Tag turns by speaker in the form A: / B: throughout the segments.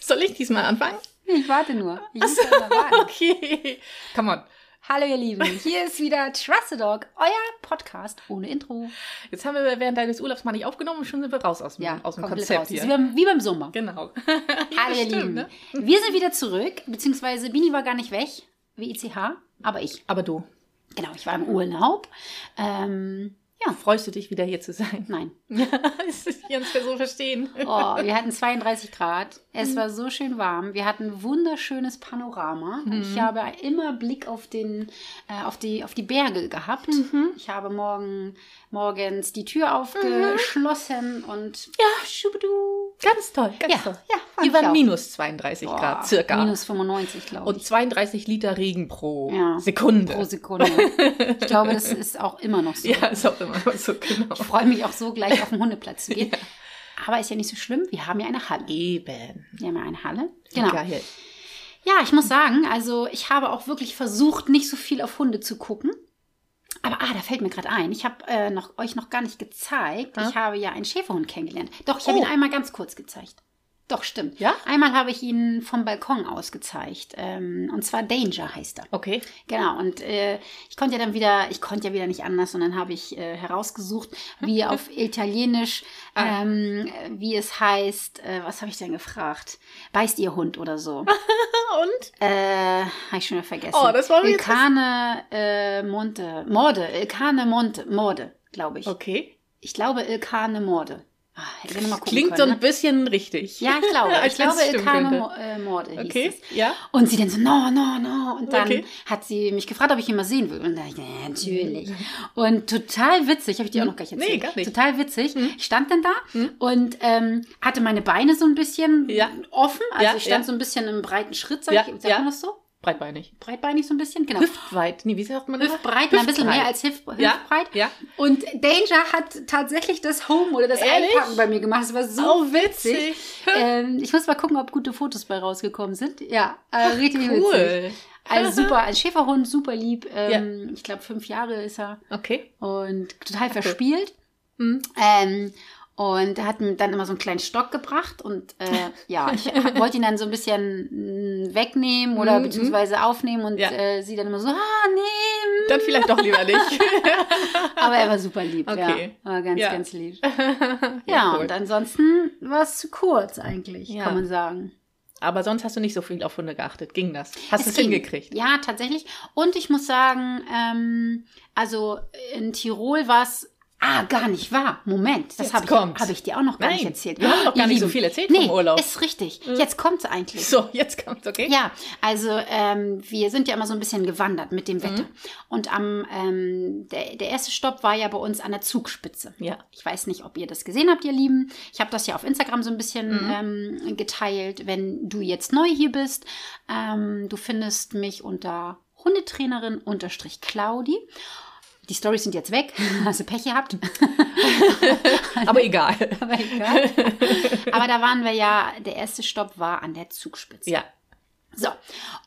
A: Soll ich diesmal anfangen?
B: Hm, Ich warte nur. Ich muss
A: Achso,
B: ja immer warten.
A: okay. Come on.
B: Hallo ihr Lieben, hier ist wieder Trust the Dog, euer Podcast ohne Intro.
A: Jetzt haben wir während deines Urlaubs mal nicht aufgenommen und schon sind wir raus aus dem,
B: Ja,
A: aus dem
B: komplett
A: Konzept
B: raus.
A: hier. ne?
B: Ist Wie beim, wie beim Sommer.
A: Genau.
B: Hallo ihr Lieben, wir sind wieder zurück, beziehungsweise Bini war gar nicht weg, wie ICH, aber ich.
A: Aber du,
B: Genau, ich war im Urlaub. Ähm,
A: freust du dich wieder hier zu sein?
B: nein.
A: Ja, das ist- ich kann es ja so verstehen.
B: Oh, wir hatten 32 Grad. Es
A: Mhm.
B: war so schön warm. Wir hatten ein wunderschönes Panorama.
A: Mhm.
B: Ich habe immer Blick auf, den, äh, auf, die, auf die Berge gehabt.
A: Mhm.
B: Ich habe morgen, morgens die Tür
A: Mhm.
B: aufgeschlossen und
A: Ja, schubidu. Ganz toll, ganz
B: Ja,
A: toll.
B: ja, fand
A: Hier
B: ich
A: waren
B: auch.
A: minus 32
B: Boah,
A: Grad circa.
B: minus 95, glaube
A: und
B: ich,
A: 32 Liter Regen pro
B: Ja.
A: Sekunde.
B: pro Sekunde. ich glaube, das ist auch immer noch so.
A: ja, ist auch immer so, genau.
B: Ich freue mich auch so, gleich auf den Hundeplatz zu gehen. Aber ist ja nicht so schlimm. Wir haben ja eine Halle.
A: Eben.
B: Wir haben ja eine Halle. Genau.
A: Geil.
B: Ja, ich muss sagen, also ich habe auch wirklich versucht, nicht so viel auf Hunde zu gucken. Aber ah, da fällt mir gerade ein. Ich habe äh, noch, euch noch gar nicht gezeigt.
A: Ja.
B: Ich habe ja einen Schäferhund kennengelernt. Doch, ich habe
A: Oh.
B: ihn einmal ganz kurz gezeigt. Doch, stimmt.
A: Ja?
B: Einmal habe ich ihn vom Balkon aus gezeigt. Ähm, und zwar Danger heißt er.
A: Okay.
B: Genau, und äh, ich konnte ja dann wieder, ich konnte ja wieder nicht anders, und dann habe ich äh, herausgesucht, wie auf Italienisch,
A: Ah.
B: ähm, äh, wie es heißt, äh, was habe ich denn gefragt? Beißt ihr Hund oder so?
A: Und?
B: äh, habe ich schon wieder vergessen.
A: Oh, das war mir jetzt-
B: Ilkane äh, Monte, Morde, Ilkane Monte, Morde, glaube ich.
A: Okay.
B: Ich glaube Ilkane Morde. Ah, hätte ich ja noch mal gucken
A: Klingt
B: können,
A: so ein
B: ne?
A: bisschen richtig.
B: Ja, ich glaube.
A: als
B: Ich glaube,
A: wenn's stimmen
B: Ilkane
A: könnte.
B: Mo- äh, Morde hieß
A: Okay,
B: es.
A: ja.
B: Und sie dann so, no, no, no. Und dann
A: Okay.
B: hat sie mich gefragt, ob ich ihn mal sehen will. Und dann ich, ja, natürlich. Und total witzig, habe ich dir auch noch gleich erzählt.
A: Hm. Nee, gar nicht. Hm.
B: Total witzig. Ich stand dann da und ähm, hatte meine Beine so ein bisschen
A: Ja.
B: offen. Also
A: Ja,
B: ich stand
A: ja.
B: so ein bisschen im breiten Schritt, sag
A: Ja,
B: ich, sagt
A: ja.
B: man das so?
A: Breitbeinig.
B: Breitbeinig so ein bisschen, genau.
A: Hüftweit. Nee, wie sagt man das?
B: Hüftbreit, na, ein bisschen
A: Hüftbreit.
B: mehr als Hüft, Hüftbreit.
A: Ja, ja.
B: Und Danger hat tatsächlich das Home oder das
A: Ehrlich?
B: Einpacken bei mir gemacht. Es war so
A: Oh,
B: witzig.
A: witzig.
B: ähm, ich muss mal gucken, ob gute Fotos bei rausgekommen sind. Ja, äh, richtig witzig.
A: Cool.
B: Also super, ein Schäferhund, super lieb. Ähm, Ich glaube, fünf Jahre ist er
A: Okay.
B: und total verspielt.
A: Hm.
B: Ähm, und er hat mir dann immer so einen kleinen Stock gebracht und äh, ja, ich hab- wollte ihn dann so ein bisschen mm, wegnehmen oder
A: Mhm.
B: beziehungsweise aufnehmen und
A: Ja.
B: äh, sie dann immer so, ah, nehmen.
A: Dann vielleicht doch lieber nicht.
B: Aber er war super lieb,
A: Okay.
B: ja. War ganz,
A: Ja.
B: ganz lieb.
A: ja,
B: Ja,
A: cool.
B: und ansonsten war es zu kurz eigentlich,
A: Ja.
B: kann man sagen.
A: Aber sonst hast du nicht so viel auf Hunde geachtet. Ging das? Hast du es
B: ging.
A: hingekriegt?
B: Ja, tatsächlich. Und ich muss sagen, ähm, also in Tirol war es. Ah, gar nicht wahr. Moment, das
A: Jetzt
B: habe ich,
A: kommt's.
B: hab ich dir auch noch gar
A: Nein,
B: nicht erzählt.
A: wir haben noch gar
B: Ihr
A: nicht so
B: Lieben.
A: viel erzählt
B: nee,
A: vom Urlaub. Hm.
B: ist richtig. Jetzt kommt's eigentlich.
A: So, jetzt kommt's, okay?
B: Ja, also ähm, wir sind ja immer so ein bisschen gewandert mit
A: Hm.
B: dem Wetter. Und am ähm, der, der erste Stopp war ja bei uns an der Zugspitze.
A: Ja.
B: Ich weiß nicht, ob ihr das gesehen habt, ihr Lieben. Ich habe das ja auf Instagram so ein bisschen ähm, geteilt. Wenn du jetzt neu hier bist, ähm, du findest mich unter Hundetrainerin unterstrich Claudi. Die Stories sind jetzt weg, also Pech gehabt.
A: Aber egal.
B: Aber egal. Aber da waren wir ja, der erste Stopp war an der Zugspitze.
A: Ja.
B: So,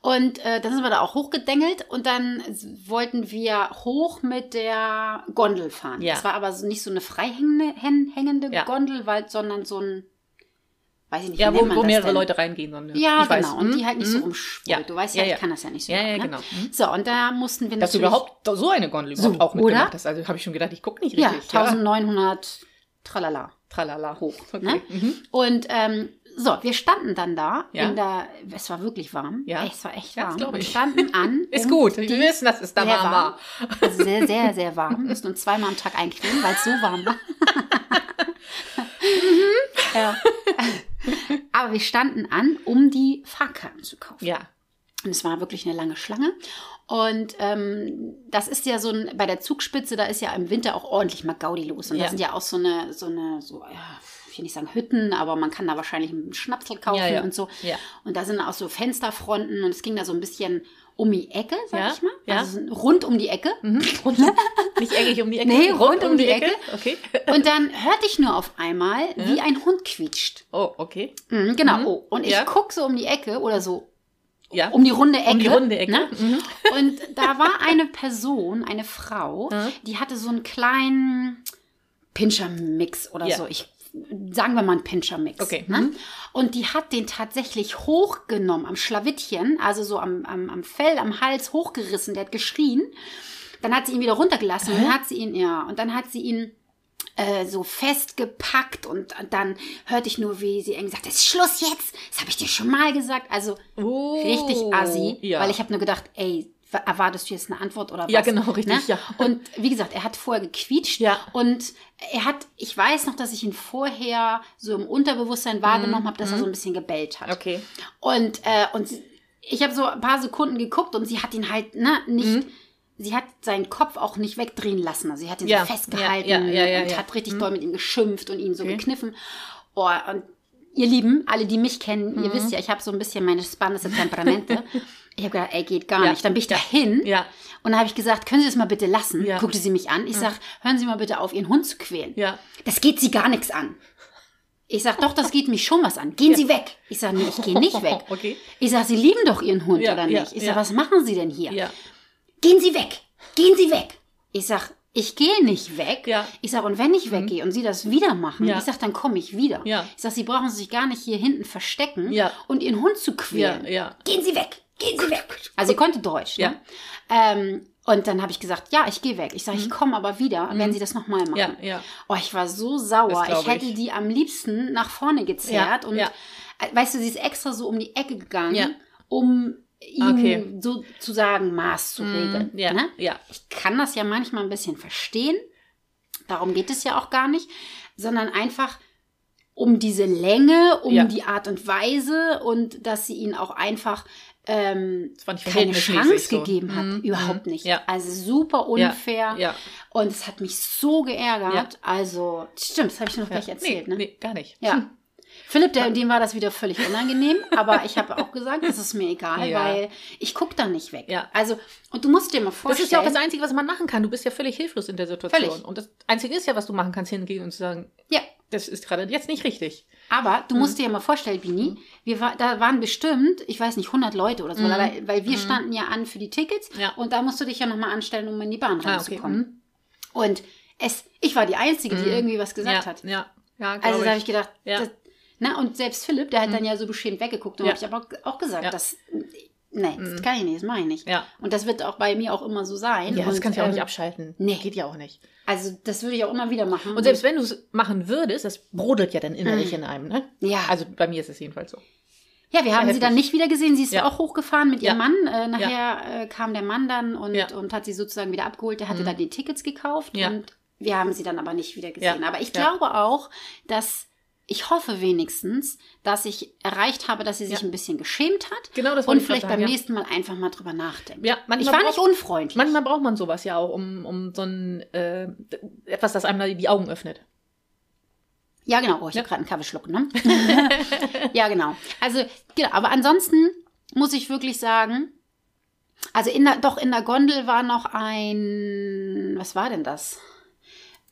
B: und äh, dann sind wir da auch hochgedengelt und dann s- wollten wir hoch mit der Gondel fahren.
A: Ja.
B: Es war aber so nicht so eine freihängende hän- hängende
A: Ja.
B: Gondel, weil, sondern so ein, weiß ich nicht,
A: Ja,
B: wie
A: wo,
B: nennt man
A: wo
B: das
A: mehrere
B: denn?
A: Leute reingehen sollen.
B: Ja,
A: ich
B: genau,
A: weiß.
B: und die
A: Hm,
B: halt nicht so
A: hm.
B: rumschwulen.
A: Ja.
B: Du weißt ja,
A: Ja, ja.
B: ich kann das ja nicht so
A: Ja,
B: gut,
A: ja,
B: ne?
A: genau. Hm.
B: So, und da mussten wir
A: Dass du
B: natürlich...
A: überhaupt so eine Gondel
B: So,
A: überhaupt auch
B: oder?
A: mitgemacht hast. Also habe ich schon gedacht, ich gucke nicht
B: Ja,
A: richtig.
B: 1900 tralala.
A: Tralala hoch. Okay.
B: Ne?
A: Mhm.
B: Und ähm, so, wir standen dann da
A: Ja.
B: in der, es war wirklich warm.
A: Ja.
B: Es war echt
A: Ja, das
B: warm.
A: glaub
B: Wir
A: ich.
B: standen an.
A: Ist
B: um
A: gut.
B: die-
A: Wir wissen, dass es da
B: sehr
A: warm war.
B: Also sehr, sehr, sehr warm. Wir mussten uns zweimal am Tag eincremen, weil es so warm war. ja. Aber wir standen an, um die Fahrkarten zu kaufen.
A: Ja.
B: Und es war wirklich eine lange Schlange. Und ähm, das ist ja so ein, bei der Zugspitze, da ist ja im Winter auch ordentlich mal Gaudi los. Und da
A: Ja.
B: sind ja auch so eine, so eine, so, ja, ich will nicht sagen Hütten, aber man kann da wahrscheinlich einen Schnapsel kaufen
A: Ja, ja.
B: und so.
A: Ja.
B: Und da sind auch so Fensterfronten und es ging da so ein bisschen um die Ecke, sag
A: Ja,
B: ich mal.
A: ja.
B: Also so rund um die Ecke.
A: Mhm. Rund, nicht eckig um die Ecke.
B: Nee, rund um die Ecke.
A: Okay.
B: Und dann hörte ich nur auf einmal, wie ein Hund quietscht.
A: Oh, okay.
B: Mhm, genau.
A: Mhm.
B: Oh, und ich
A: Ja.
B: guck so um die Ecke oder so
A: Ja.
B: um die runde Ecke.
A: Um die runde Ecke.
B: Ne?
A: Mhm.
B: Und da war eine Person, eine Frau,
A: Mhm.
B: die hatte so einen kleinen Pinscher-Mix oder
A: Ja.
B: so. Ich sagen wir mal ein Pinscher-Mix.
A: Okay.
B: Ne?
A: Mhm.
B: Und die hat den tatsächlich hochgenommen am Schlawittchen, also so am, am, am Fell, am Hals hochgerissen. Der hat geschrien. Dann hat sie ihn wieder runtergelassen und dann hat sie ihn, ja, und dann hat sie ihn äh, so festgepackt und dann hörte ich nur, wie sie irgendwie sagt, das ist Schluss jetzt, das habe ich dir schon mal gesagt. Also
A: Oh,
B: richtig assi,
A: ja.
B: weil ich habe nur gedacht, ey, wa- erwartest du jetzt eine Antwort oder was? Ne?
A: Ja, genau, richtig, ja.
B: Und wie gesagt, er hat vorher gequietscht
A: Ja.
B: und er hat, ich weiß noch, dass ich ihn vorher so im Unterbewusstsein wahrgenommen habe, dass er so ein bisschen gebellt hat.
A: Mhm. Okay.
B: Und, äh, und sie- ich habe so ein paar Sekunden geguckt und sie hat ihn halt ne, nicht.
A: Mhm.
B: Sie hat seinen Kopf auch nicht wegdrehen lassen. Also sie hat ihn
A: Ja,
B: so festgehalten
A: ja, ja, ja, ja,
B: und
A: ja. Mhm.
B: hat richtig doll mit ihm geschimpft und ihn so
A: Okay.
B: gekniffen. Oh, und ihr Lieben, alle, die mich kennen,
A: Mhm.
B: ihr wisst ja, ich habe so ein bisschen meine spannende Temperamente. ich habe gedacht, ey, geht gar
A: Ja,
B: nicht. Dann bin ich dahin
A: Ja.
B: und dann habe ich gesagt, können Sie das mal bitte lassen?
A: Ja. Mhm.
B: Guckte sie mich an. Ich sag, hören Sie mal bitte auf, Ihren Hund zu quälen.
A: Ja.
B: Das geht sie gar nichts an. Ich sag, doch, das geht mich schon was an. Gehen Sie weg. Ich sag, nee, ich gehe nicht weg.
A: Okay.
B: Ich sag, Sie lieben doch Ihren Hund,
A: Ja,
B: oder nicht?
A: ja,
B: ich sag,
A: ja.
B: was machen Sie denn hier?
A: Ja.
B: Gehen Sie weg. Gehen Sie weg. Ich sag, ich gehe nicht weg.
A: Ja. Mhm.
B: Ich sag, und wenn ich weggehe und Sie das wieder machen,
A: Ja.
B: ich sag, dann komme ich wieder.
A: Ja.
B: Ich sag, Sie brauchen sich gar nicht hier hinten verstecken
A: Ja.
B: und Ihren Hund zu
A: Ja,
B: quälen.
A: ja.
B: Gehen Sie weg. Gehen Sie weg. Also sie konnte Deutsch, ne? Ähm, und dann habe ich gesagt, ja, ich gehe weg. Ich sag, ich komme aber wieder, wenn Sie das nochmal machen.
A: Mhm. Ja, ja.
B: Oh, ich war so
A: Das
B: sauer.
A: glaub
B: Ich hätte
A: ich.
B: die am liebsten nach vorne gezerrt.
A: Ja,
B: und
A: ja.
B: äh, weißt du, sie ist extra so um die Ecke gegangen,
A: Ja. Ah,
B: um ihm
A: Okay. Mm,
B: sozusagen Maß zu regeln.
A: Mhm. Ja,
B: Ne?
A: ja.
B: Ich kann das ja manchmal ein bisschen verstehen. Darum geht es ja auch gar nicht. Sondern einfach um diese Länge, um
A: Ja.
B: die Art und Weise und dass sie ihn auch einfach ähm,
A: Das fand ich
B: keine Chance
A: verhältnismäßig so.
B: gegeben hat.
A: Mhm,
B: Überhaupt
A: mhm,
B: nicht.
A: Ja.
B: Also super
A: Ja,
B: unfair.
A: Ja.
B: Und es hat mich so geärgert.
A: Ja.
B: Also, stimmt, das habe ich dir noch
A: ja.
B: gleich erzählt,
A: nee,
B: ne?
A: Nee, gar nicht. Hm,
B: Ja. Philipp, der, dem war das wieder völlig unangenehm, aber ich habe auch gesagt, das ist mir egal,
A: Ja.
B: weil ich gucke da nicht weg.
A: Ja.
B: Also, und du musst dir mal vorstellen.
A: Das ist ja auch das Einzige, was man machen kann. Du bist ja völlig hilflos in der Situation.
B: Völlig.
A: Und das Einzige ist ja, was du machen kannst, hingehen und zu sagen,
B: Ja.
A: das ist gerade jetzt nicht richtig.
B: Aber du
A: Mhm.
B: musst dir ja mal vorstellen, Bini, wir war, da waren bestimmt, ich weiß nicht, 100 Leute oder so,
A: Mhm.
B: weil, weil wir
A: Mhm.
B: standen ja an für die Tickets
A: Ja.
B: und da musst du dich ja nochmal anstellen, um in die Bahn
A: Ah, okay.
B: reinzukommen. Und es, ich war die Einzige, die
A: Mhm.
B: irgendwie was gesagt
A: ja,
B: hat.
A: Ja, ja glaub
B: Also da habe ich gedacht,
A: Ja. Mhm.
B: das, na, und selbst Philipp, der hat dann ja so beschämt weggeguckt, und
A: Ja.
B: habe ich aber auch gesagt,
A: Ja. Mhm.
B: das, nee, das kann ich nicht, das mache ich nicht.
A: Ja.
B: Und das wird auch bei mir auch immer so sein.
A: Ja, das
B: und,
A: kannst du ja auch nicht
B: ähm,
A: abschalten.
B: nee.
A: Geht ja auch nicht.
B: Also das würde ich auch immer wieder machen.
A: Und selbst wenn du es machen würdest, das brodelt ja dann innerlich in einem, ne?
B: Ja.
A: Also bei mir ist es jedenfalls so.
B: ja, wir haben sie
A: heftig.
B: dann nicht wieder gesehen. Sie ist
A: Ja.
B: auch hochgefahren mit ihrem
A: Ja.
B: Mann. Äh, nachher äh, kam der Mann dann und,
A: Ja. Mhm.
B: und hat sie sozusagen wieder abgeholt. Der hatte dann die Tickets gekauft
A: Ja.
B: und wir haben sie dann aber nicht wieder gesehen.
A: Ja.
B: Aber ich
A: Ja.
B: glaube auch, dass ich hoffe wenigstens, dass ich erreicht habe, dass sie sich
A: Ja.
B: ein bisschen geschämt hat.
A: Genau, das
B: Und
A: wollte ich
B: vielleicht
A: gerade
B: beim
A: sagen, ja.
B: nächsten Mal einfach mal drüber nachdenken.
A: Ja, manchmal
B: ich war
A: braucht-
B: nicht unfreundlich.
A: Manchmal braucht man sowas ja auch, um, um so ein äh, etwas, das einem da die Augen öffnet.
B: ja, genau. Oh, ich habe gerade einen Kaffeeschluck genommen. ja, genau. Also, genau. Aber ansonsten muss ich wirklich sagen, also in der, doch in der Gondel war noch ein, was war denn das?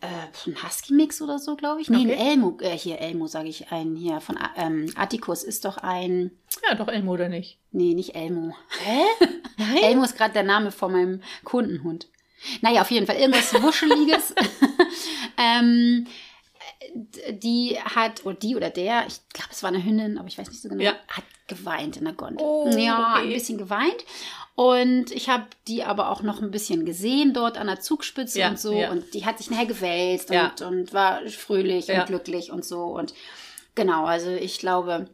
B: Äh, ein Husky-Mix oder so, glaube ich. Nee, ein
A: Okay.
B: Elmo, äh, hier Elmo sage ich, ein hier von A- ähm, Atticus ist doch ein,
A: Ja, doch, Elmo oder nicht?
B: nee, nicht Elmo.
A: Hä? Nein?
B: Elmo ist gerade der Name von meinem Kundenhund. Naja, auf jeden Fall irgendwas Wuscheliges. ähm, d- die hat, oder die oder der, ich glaube, es war eine Hündin, aber ich weiß nicht so genau,
A: Ja.
B: hat geweint in der Gondel.
A: Oh,
B: ja, ein
A: okay.
B: bisschen geweint. Und ich habe die aber auch noch ein bisschen gesehen dort an der Zugspitze
A: Ja,
B: und so.
A: ja.
B: Und die hat sich nachher gewälzt
A: Ja.
B: und, und war fröhlich
A: Ja.
B: und glücklich und so. Und genau, also ich glaube,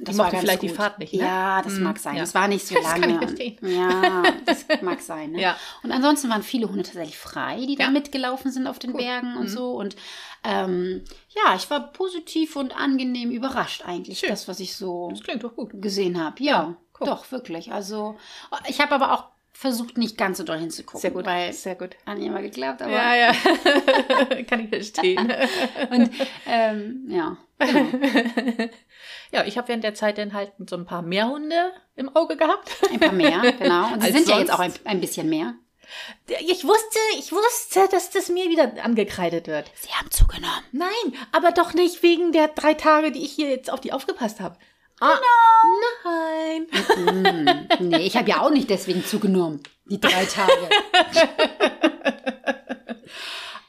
B: das
A: Die
B: war
A: mochte
B: ganz
A: vielleicht die
B: gut.
A: Fahrt nicht, ne?
B: Ja, Ah, das
A: Hm,
B: mag sein.
A: ja.
B: Das war nicht so
A: Das
B: lange.
A: kann ich verstehen.
B: Ja, das mag sein. Ne?
A: Ja.
B: Und ansonsten waren viele Hunde tatsächlich frei, die da
A: Ja. Mhm.
B: mitgelaufen sind auf den Bergen und so. Und ähm, ja, ich war positiv und angenehm überrascht eigentlich,
A: Schön.
B: das, was ich so
A: Das klingt doch gut.
B: gesehen habe. Ja,
A: guck.
B: doch, wirklich. Also ich habe aber auch versucht, nicht ganz so doll hinzugucken,
A: Sehr gut.
B: weil
A: Sehr gut.
B: hat nicht immer geklappt, aber
A: Ja, ja. Kann ich verstehen.
B: Und, ähm, ja. Genau.
A: ja, ich habe während der Zeit dann halt so ein paar Meerhunde im Auge gehabt.
B: Ein paar mehr, genau. Und sie
A: Als
B: sind ja
A: sonst.
B: jetzt auch ein, ein bisschen mehr.
A: Ich wusste, ich wusste, dass das mir wieder angekreidet wird.
B: Sie haben zugenommen.
A: Nein, aber doch nicht wegen der drei Tage, die ich hier jetzt auf die aufgepasst habe. Ah, nein.
B: Hm, nee, ich habe ja auch nicht deswegen zugenommen. Die drei Tage.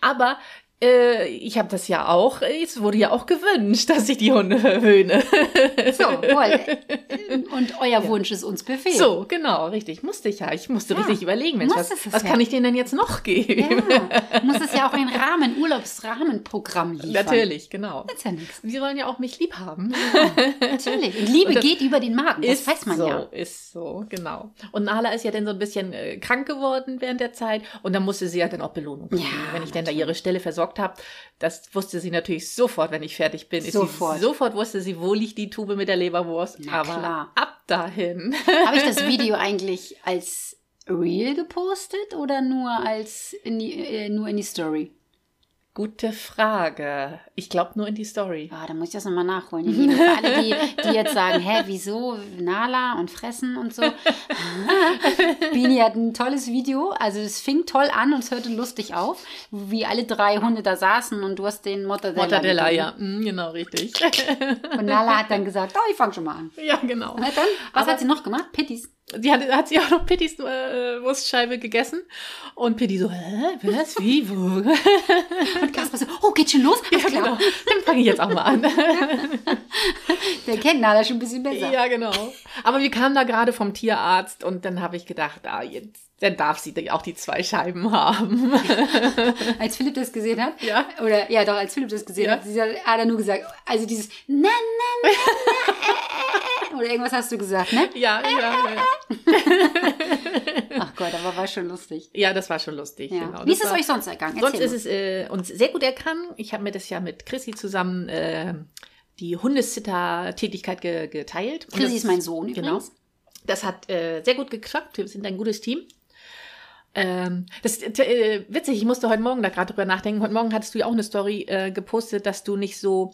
A: Aber Äh, ich habe das ja auch, es wurde ja auch gewünscht, dass ich die Hunde verwöhne.
B: So, wohl. Und euer Wunsch ist uns Befehl.
A: So, genau, richtig. Musste ich ja. Ich musste
B: Ja.
A: richtig überlegen, Mensch, was,
B: Musstest es
A: was
B: ja.
A: kann ich denen denn jetzt noch geben?
B: Ja, muss es ja auch ein Rahmen, Urlaubsrahmenprogramm liefern.
A: Natürlich, genau.
B: Das ist ja nichts.
A: Sie wollen ja auch mich lieb haben.
B: Natürlich. Und Liebe
A: Und das
B: geht über den Magen, das weiß man
A: so,
B: ja.
A: Ist so, genau. Und Nala ist ja dann so ein bisschen äh, krank geworden während der Zeit und dann musste sie ja dann auch Belohnung kriegen.
B: Ja,
A: wenn ich dann da ihre Stelle versorgt habe, das wusste sie natürlich sofort, wenn ich fertig bin. Ist
B: Sofort.
A: Sie, sofort wusste sie, wo liegt die Tube mit der Leberwurst.
B: Na
A: aber
B: klar.
A: ab dahin.
B: Habe ich das Video eigentlich als Real gepostet oder nur als in die, äh, nur in die Story?
A: Gute Frage. Ich glaube nur in die Story.
B: Ah, da muss ich das nochmal nachholen. Ihr Lieben. Für alle, die, die jetzt sagen, hä, wieso Nala und Fressen und so. Bini hat ein tolles Video. Also es fing toll an und es hörte lustig auf, wie alle drei Hunde da saßen und du hast den Mortadella. ne?
A: Mortadella,
B: gegeben.
A: ja. Mm, genau, richtig.
B: Und Nala hat dann gesagt, oh, ich fange schon mal an.
A: ja, genau.
B: Na dann, was
A: Aber-
B: hat sie noch gemacht? Pitties.
A: Die hat, hat sie auch noch Pittys äh, Wurstscheibe gegessen. Und Pitti so, hä, was, wie, wo?
B: Und Kasper so, oh, geht schon los? Alles
A: Ja,
B: klar.
A: genau. Dann fange ich jetzt auch mal an.
B: Der kennt Nala schon ein bisschen besser.
A: ja, genau. Aber wir kamen da gerade vom Tierarzt und dann habe ich gedacht, ah, jetzt, dann darf sie die- auch die zwei Scheiben haben.
B: Als Philipp das gesehen hat,
A: Ja.
B: oder ja doch, als Philipp das gesehen
A: Ja.
B: hat, sie hat hat er nur gesagt, also dieses na, na, na, na, äh, äh, oder irgendwas hast du gesagt, ne?
A: ja, ja, ja.
B: Ach Gott, aber war schon lustig.
A: Ja, das war schon lustig.
B: Ja.
A: Genau.
B: Wie
A: Das
B: ist es
A: war-
B: euch sonst ergangen?
A: Sonst
B: Erzähl
A: ist es äh, uns sehr gut erkannt. Ich habe mir das ja mit Chrissy zusammen äh, die Hundesitter-Tätigkeit ge geteilt. Und
B: mal. Chrissy
A: das-
B: ist mein Sohn
A: Genau.
B: übrigens.
A: Das hat äh, sehr gut geklappt. Wir sind ein gutes Team. Ähm, das ist äh, witzig, ich musste heute Morgen da gerade drüber nachdenken. Heute Morgen hattest du ja auch eine Story äh, gepostet, dass du nicht so,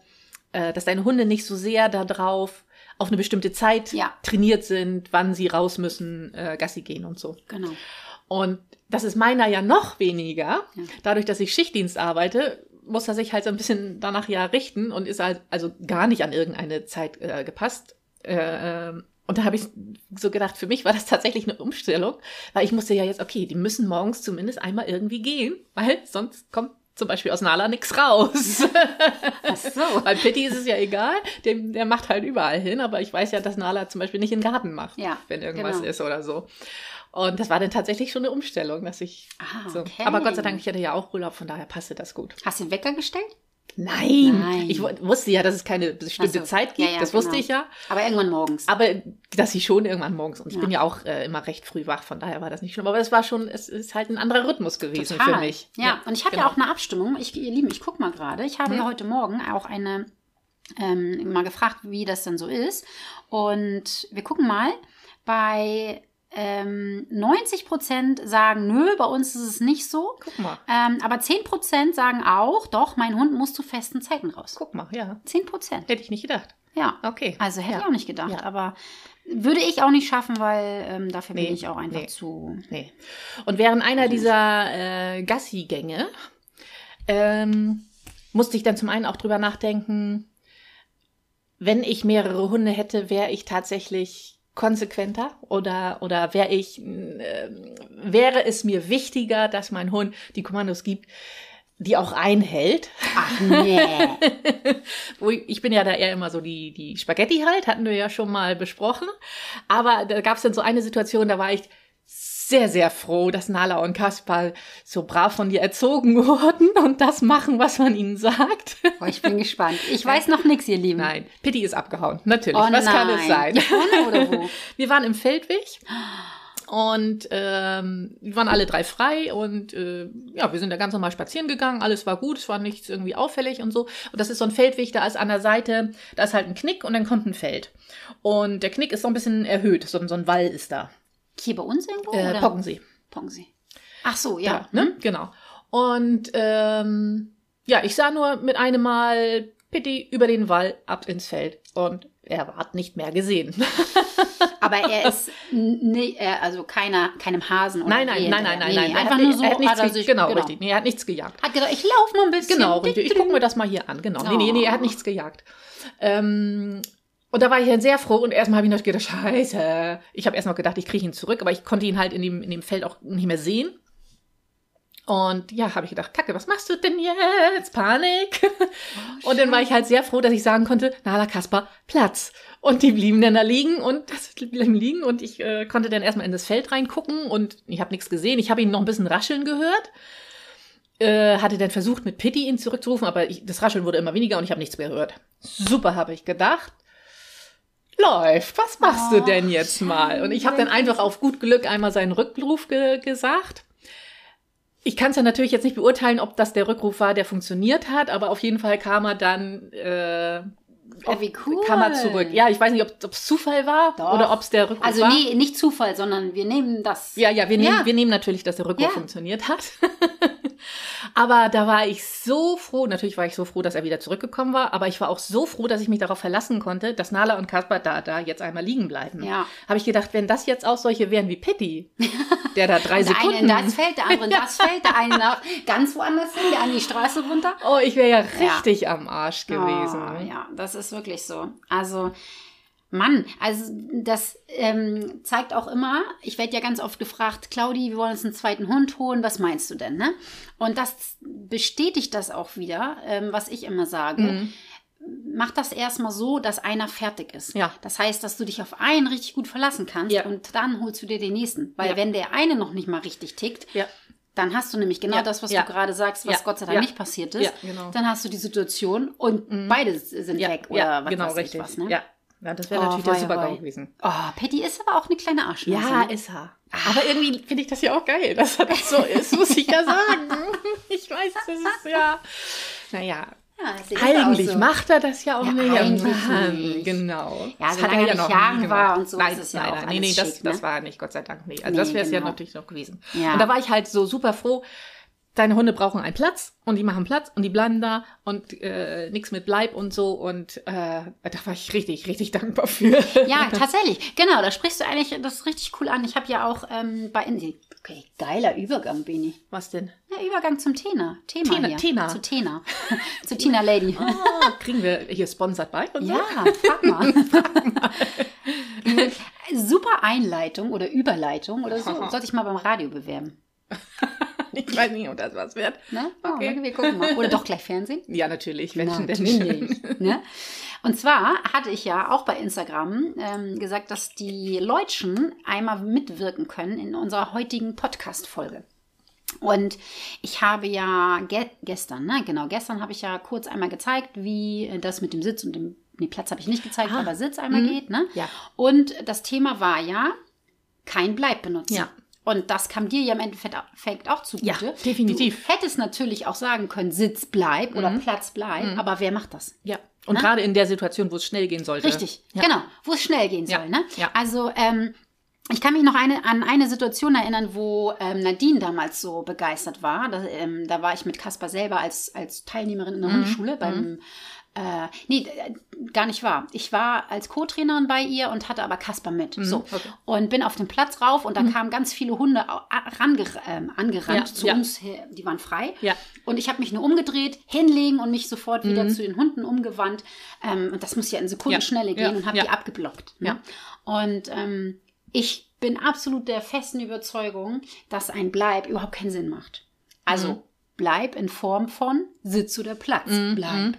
A: äh, dass deine Hunde nicht so sehr darauf auf eine bestimmte Zeit
B: Ja.
A: trainiert sind, wann sie raus müssen, äh, Gassi gehen und so.
B: Genau.
A: Und das ist meiner ja noch weniger.
B: Ja.
A: Dadurch, dass ich Schichtdienst arbeite, muss er sich halt so ein bisschen danach ja richten und ist halt also gar nicht an irgendeine Zeit äh, gepasst. Äh, ähm, und da habe ich so gedacht, für mich war das tatsächlich eine Umstellung, weil ich musste ja jetzt, okay, die müssen morgens zumindest einmal irgendwie gehen, weil sonst kommt zum Beispiel aus Nala nichts raus.
B: Ach so.
A: Bei Pitti ist es ja egal, dem, der macht halt überall hin, aber ich weiß ja, dass Nala zum Beispiel nicht in den Garten macht,
B: Ja,
A: wenn irgendwas
B: genau.
A: ist oder so. Und das war dann tatsächlich schon eine Umstellung, dass ich.
B: Ah,
A: so.
B: okay.
A: Aber Gott sei Dank, ich hatte ja auch Urlaub, von daher passte das gut.
B: Hast du den Wecker gestellt?
A: Nein!
B: Nein.
A: Ich wu- wusste ja, dass es keine bestimmte
B: Ach so.
A: Zeit gibt,
B: Ja, ja,
A: das wusste
B: genau.
A: ich ja.
B: Aber irgendwann morgens.
A: Aber dass ich schon irgendwann morgens, und ich
B: Ja.
A: bin ja auch äh, immer recht früh wach, von daher war das nicht schlimm. Aber das war schon, es ist halt ein anderer Rhythmus gewesen
B: Total.
A: für mich. genau.
B: Ja, und ich habe ja auch eine Abstimmung. Ich, ihr Lieben, ich guck mal gerade. Ich habe
A: Mhm.
B: ja heute Morgen auch eine ähm, mal gefragt, wie das denn so ist. Und wir gucken mal. Bei ähm, 90 Prozent sagen, nö, bei uns ist es nicht so.
A: Guck mal,
B: Ähm, aber 10 Prozent sagen auch, doch, mein Hund muss zu festen Zeiten raus.
A: guck mal, ja.
B: 10 Prozent.
A: Hätte ich nicht gedacht.
B: Ja.
A: Okay.
B: Also hätte
A: Ja.
B: ich auch nicht gedacht,
A: Ja.
B: aber würde ich auch nicht schaffen, weil ähm, dafür
A: Nee,
B: bin ich auch einfach
A: nee.
B: zu.
A: Nee. Und während einer dieser äh, Gassi-Gänge ähm, musste ich dann zum einen auch drüber nachdenken, wenn ich mehrere Hunde hätte, wäre ich tatsächlich konsequenter oder, oder wäre ich, äh, wäre es mir wichtiger, dass mein Hund die Kommandos gibt, die auch einhält.
B: Ach nee.
A: Wo ich ich bin ja da eher immer so die, die Spaghetti halt, hatten wir ja schon mal besprochen. Aber da gab es dann so eine Situation, da war ich sehr, sehr froh, dass Nala und Kaspar so brav von dir erzogen wurden und das machen, was man ihnen sagt.
B: Boah, ich bin gespannt. Ich weiß noch nichts, ihr Lieben.
A: Nein, Pitti ist abgehauen, natürlich.
B: Oh
A: was
B: nein.
A: kann es sein?
B: Die Tonne oder wo?
A: Wir waren im Feldweg und ähm, wir waren alle drei frei und äh, ja, wir sind da ganz normal spazieren gegangen, alles war gut, es war nichts irgendwie auffällig und so. Und das ist so ein Feldweg, da ist an der Seite, da ist halt ein Knick und dann kommt ein Feld. Und der Knick ist so ein bisschen erhöht, so, so ein Wall ist da.
B: Hier bei uns irgendwo?
A: Äh,
B: oder?
A: Pockensee.
B: Pockensee. Ach so,
A: Ja,
B: Oh, ja. Mhm.
A: ne? Genau. Und ähm, ja, ich sah nur mit einem Mal Pitti über den Wall ab ins Feld und er ward nicht mehr gesehen.
B: Aber er ist n- nee, er- also keiner, keinem Hasen oder
A: Nein, nein,
B: Rehe
A: nein, nein, nein,
B: hinterher. Nee,
A: nein.
B: nee,
A: Er
B: Einfach
A: hat-
B: nur so
A: er hat nichts
B: hat er
A: ge-
B: sich,
A: genau, richtig. Nee, er hat nichts gejagt.
B: Hat gedacht, ich laufe mal ein bisschen.
A: Genau, richtig. Ich gucke mir das mal hier an. Genau. Nee, nee, nee, er hat
B: Oh.
A: nichts gejagt. Ähm, und da war ich dann sehr froh und erstmal habe ich noch gedacht, scheiße. Ich habe erstmal gedacht, ich kriege ihn zurück, aber ich konnte ihn halt in dem, in dem Feld auch nicht mehr sehen. Und ja, habe ich gedacht, Kacke, was machst du denn jetzt? Panik. und dann war ich halt sehr froh, dass ich sagen konnte, Nala Kasper, Platz. Und die blieben dann da liegen und das blieben liegen und ich äh, konnte dann erstmal in das Feld reingucken und ich habe nichts gesehen. Ich habe ihn noch ein bisschen rascheln gehört. Äh, hatte dann versucht, mit Pitti ihn zurückzurufen, aber ich, das Rascheln wurde immer weniger und ich habe nichts mehr gehört. Super, habe ich gedacht. Läuft, was machst du
B: Ach,
A: denn jetzt mal? Und ich habe dann einfach auf gut Glück einmal seinen Rückruf ge gesagt. Ich kann es ja natürlich jetzt nicht beurteilen, ob das der Rückruf war, der funktioniert hat, aber auf jeden Fall kam er dann, äh,
B: Oh, wie cool.
A: kam er zurück. Ja, ich weiß nicht, ob es Zufall war
B: Doch.
A: oder ob es der Rückruf
B: Also
A: war.
B: nee, nicht Zufall, sondern wir nehmen das.
A: Ja, ja, wir nehmen,
B: Ja.
A: Wir nehmen natürlich, dass der Rückruf
B: Ja.
A: funktioniert hat. aber da war ich so froh, natürlich war ich so froh, dass er wieder zurückgekommen war, aber ich war auch so froh, dass ich mich darauf verlassen konnte, dass Nala und Kaspar da, da jetzt einmal liegen bleiben.
B: Ja.
A: Habe ich gedacht, wenn das jetzt auch solche wären wie Pitti, der da drei
B: Der eine in
A: Sekunden.
B: das Feld, der andere in das Feld, der eine nach ganz woanders hin, der an die Straße runter.
A: oh, ich wäre ja richtig am Arsch gewesen.
B: Ah, ja, das ist wirklich so. Also, Mann, also das ähm, zeigt auch immer, ich werde ja ganz oft gefragt, Claudi, wir wollen uns einen zweiten Hund holen, was meinst du denn? Ne? Und das bestätigt das auch wieder, ähm, was ich immer sage.
A: Mhm.
B: Mach das erstmal so, dass einer fertig ist.
A: Ja.
B: Das heißt, dass du dich auf einen richtig gut verlassen kannst
A: Ja.
B: und dann holst du dir den nächsten. Weil
A: Ja.
B: wenn der eine noch nicht mal richtig tickt,
A: Ja.
B: dann hast du nämlich genau
A: Ja.
B: das, was
A: Ja.
B: du gerade sagst, was
A: Ja.
B: Gott sei Dank
A: Ja.
B: nicht passiert ist.
A: Ja, genau. Mhm.
B: Dann hast du die Situation und beide sind weg oder was
A: genau,
B: weiß
A: richtig.
B: ich was. Ne?
A: ja. ja, das wäre
B: Oh,
A: natürlich der
B: wei,
A: Super-GAU
B: wei.
A: gewesen.
B: Oh, Patty ist aber auch eine kleine Arschlose.
A: Ja,
B: ne?
A: ist er. Aber irgendwie finde ich das ja auch geil, dass er das so ist, muss ich ja sagen. Ich weiß, das ist ja. Naja,
B: ja sie ist
A: eigentlich
B: auch so.
A: macht er das ja auch
B: Ja,
A: nicht.
B: eigentlich
A: Mann,
B: nicht.
A: Genau.
B: Ja,
A: Das
B: solange er nicht
A: nie
B: jagen war
A: gemacht.
B: und so,
A: nein,
B: ist es ja
A: nein,
B: auch
A: nein, nee, nee,
B: alles
A: das,
B: schick,
A: das
B: ne?
A: war nicht, Gott sei Dank nicht. Also
B: Nee,
A: das wäre es ja
B: genau.
A: natürlich noch gewesen.
B: Ja.
A: Und da war ich halt so super froh. Deine Hunde brauchen einen Platz und die machen Platz und die bleiben da und äh, nichts mit Bleib und so. Und äh, da war ich richtig, richtig dankbar für.
B: Ja, tatsächlich. Genau, da sprichst du eigentlich das richtig cool an. Ich habe ja auch ähm, bei Indie. Okay, geiler Übergang, Bini.
A: Was denn?
B: Ja, Übergang zum Tena. Thema
A: Tena,
B: hier.
A: Tena.
B: Zu Tena. Zu Tina Lady.
A: Ah, kriegen wir hier sponsored bei und
B: Ja,
A: so?
B: frag mal. Super Einleitung oder Überleitung oder so. Sollte ich mal beim Radio bewerben.
A: Ich weiß nicht, ob das was wird.
B: Ne?
A: Okay.
B: wir gucken mal. Oder doch gleich Fernsehen.
A: Ja, natürlich.
B: Na,
A: Menschen,
B: natürlich, ne? Und zwar hatte ich ja auch bei Instagram ähm, gesagt, dass die Leutschen einmal mitwirken können in unserer heutigen Podcast-Folge. Und ich habe ja ge gestern, ne, genau, gestern habe ich ja kurz einmal gezeigt, wie äh, das mit dem Sitz und dem nee, Platz habe ich nicht gezeigt,
A: Ah.
B: aber Sitz einmal
A: Mhm.
B: geht. Ne?
A: Ja.
B: Und das Thema war ja, kein Bleib benutzen.
A: Ja.
B: Und das kam dir ja im Endeffekt auch zugute.
A: Ja, definitiv. Mhm.
B: Du hättest natürlich auch sagen können, Sitz bleib oder Platz bleib, aber wer macht das?
A: Ja. Und gerade in der Situation, wo es schnell gehen sollte.
B: Richtig,
A: Ja.
B: genau, wo es schnell gehen
A: Ja,
B: soll. Ne?
A: ja.
B: Also ähm, ich kann mich noch eine, an eine Situation erinnern, wo ähm, Nadine damals so begeistert war. Da, ähm, da war ich mit Caspar selber als, als Teilnehmerin
A: Mhm.
B: in der Hundeschule beim äh, nee, äh, gar nicht wahr. Ich war als Co-Trainerin bei ihr und hatte aber Kasper mit. So.
A: Mhm. okay. Mhm.
B: Und bin auf den Platz rauf und da kamen ganz viele Hunde au- a- ranger, ähm, angerannt
A: Ja,
B: zu
A: ja.
B: uns. her- Die waren frei.
A: Ja. Mhm.
B: Und ich habe mich nur umgedreht, hinlegen und mich sofort wieder zu den Hunden umgewandt. Ähm, und das muss ja in Sekundenschnelle
A: Ja,
B: gehen
A: ja,
B: und habe
A: ja.
B: die abgeblockt. Ne? Und ähm, ich bin absolut der festen Überzeugung, dass ein Bleib überhaupt keinen Sinn macht. Also
A: Mhm.
B: Bleib in Form von Sitz oder Platz. Bleib.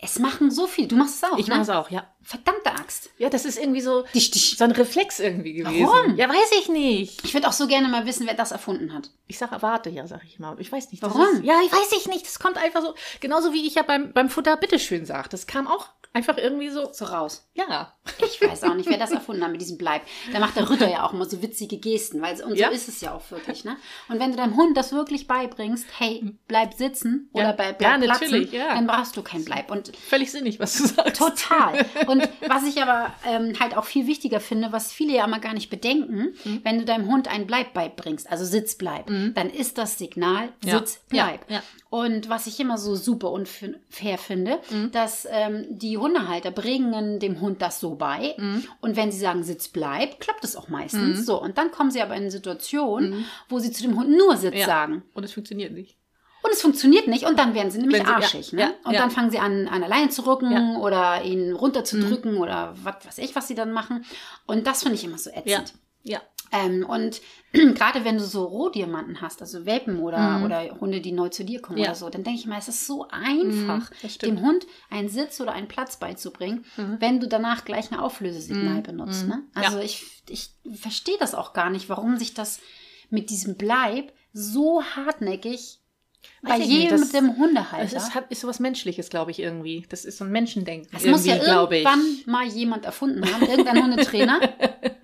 B: Es machen so viel. Du machst es auch.
A: Mhm. Ich
B: ne?
A: mache es auch, ja.
B: Verdammte Axt.
A: Ja, das ist irgendwie so,
B: Dich, dich.
A: so ein Reflex irgendwie gewesen.
B: Warum?
A: Ja, weiß ich nicht.
B: Ich würde auch so gerne mal wissen, wer das erfunden hat.
A: Ich sage, warte, ja, sage ich immer. Ich weiß nicht. das
B: Warum?
A: Ist, ja, ich weiß ich nicht. Das kommt einfach so. Genauso wie ich ja beim, beim Futter bitteschön sage. Das kam auch einfach irgendwie so.
B: So raus.
A: Ja.
B: Ich weiß auch nicht, wer das erfunden hat mit diesem Bleib. Da macht der Ritter ja auch immer so witzige Gesten, weil so- und so
A: Ja.
B: ist es ja auch wirklich, ne? Und wenn du deinem Hund das wirklich beibringst, hey, bleib sitzen
A: Ja.
B: oder bleib,
A: Ja,
B: bleib platzen,
A: natürlich, ja.
B: dann brauchst du kein Bleib. Und
A: Völlig sinnig, was du sagst.
B: Total. Und was ich aber ähm, halt auch viel wichtiger finde, was viele ja immer gar nicht bedenken,
A: Mhm.
B: wenn du deinem Hund einen Bleib beibringst, also Sitz bleib, dann ist das Signal
A: Ja.
B: Sitz bleib.
A: Ja, ja.
B: Und was ich immer so super unfair finde,
A: Mhm.
B: dass ähm, die Hundehalter bringen dem Hund das so bei.
A: Mhm.
B: Und wenn sie sagen Sitz bleib, klappt es auch meistens. So. Und dann kommen sie aber in Situationen, wo sie zu dem Hund nur Sitz
A: Mhm. Ja.
B: sagen.
A: Und es funktioniert nicht.
B: Und es funktioniert nicht und dann werden sie nämlich
A: Wenn sie- ja,
B: arschig. ne?
A: ja,
B: und
A: ja.
B: dann fangen sie an, an der Leine zu rücken
A: Ja. Mhm.
B: oder ihn runterzudrücken oder was weiß ich, was sie dann machen. Und das finde ich immer so ätzend.
A: Ja.
B: Ähm, und gerade wenn du so Rohdiamanten hast, also Welpen oder,
A: Mhm.
B: oder Hunde, die neu zu dir kommen
A: Ja.
B: oder so, dann denke ich mal, es ist so einfach,
A: Mhm, das stimmt.
B: dem Hund einen Sitz oder einen Platz beizubringen,
A: Mhm.
B: wenn du danach gleich ein Auflösesignal
A: Mhm,
B: benutzt.
A: mhm.
B: Ne?
A: Ja.
B: Also ich, ich verstehe das auch gar nicht, warum sich das mit diesem Bleib so hartnäckig
A: Weiß
B: bei
A: ich nicht,
B: jedem
A: das-
B: Hundehalter.
A: Es ist, halt hat, ist sowas Menschliches, glaube ich, irgendwie. Das ist so ein Menschendenken.
B: Das muss
A: irgendwie,
B: ja
A: glaube ich.
B: irgendwann mal jemand erfunden haben, irgendein Hundetrainer.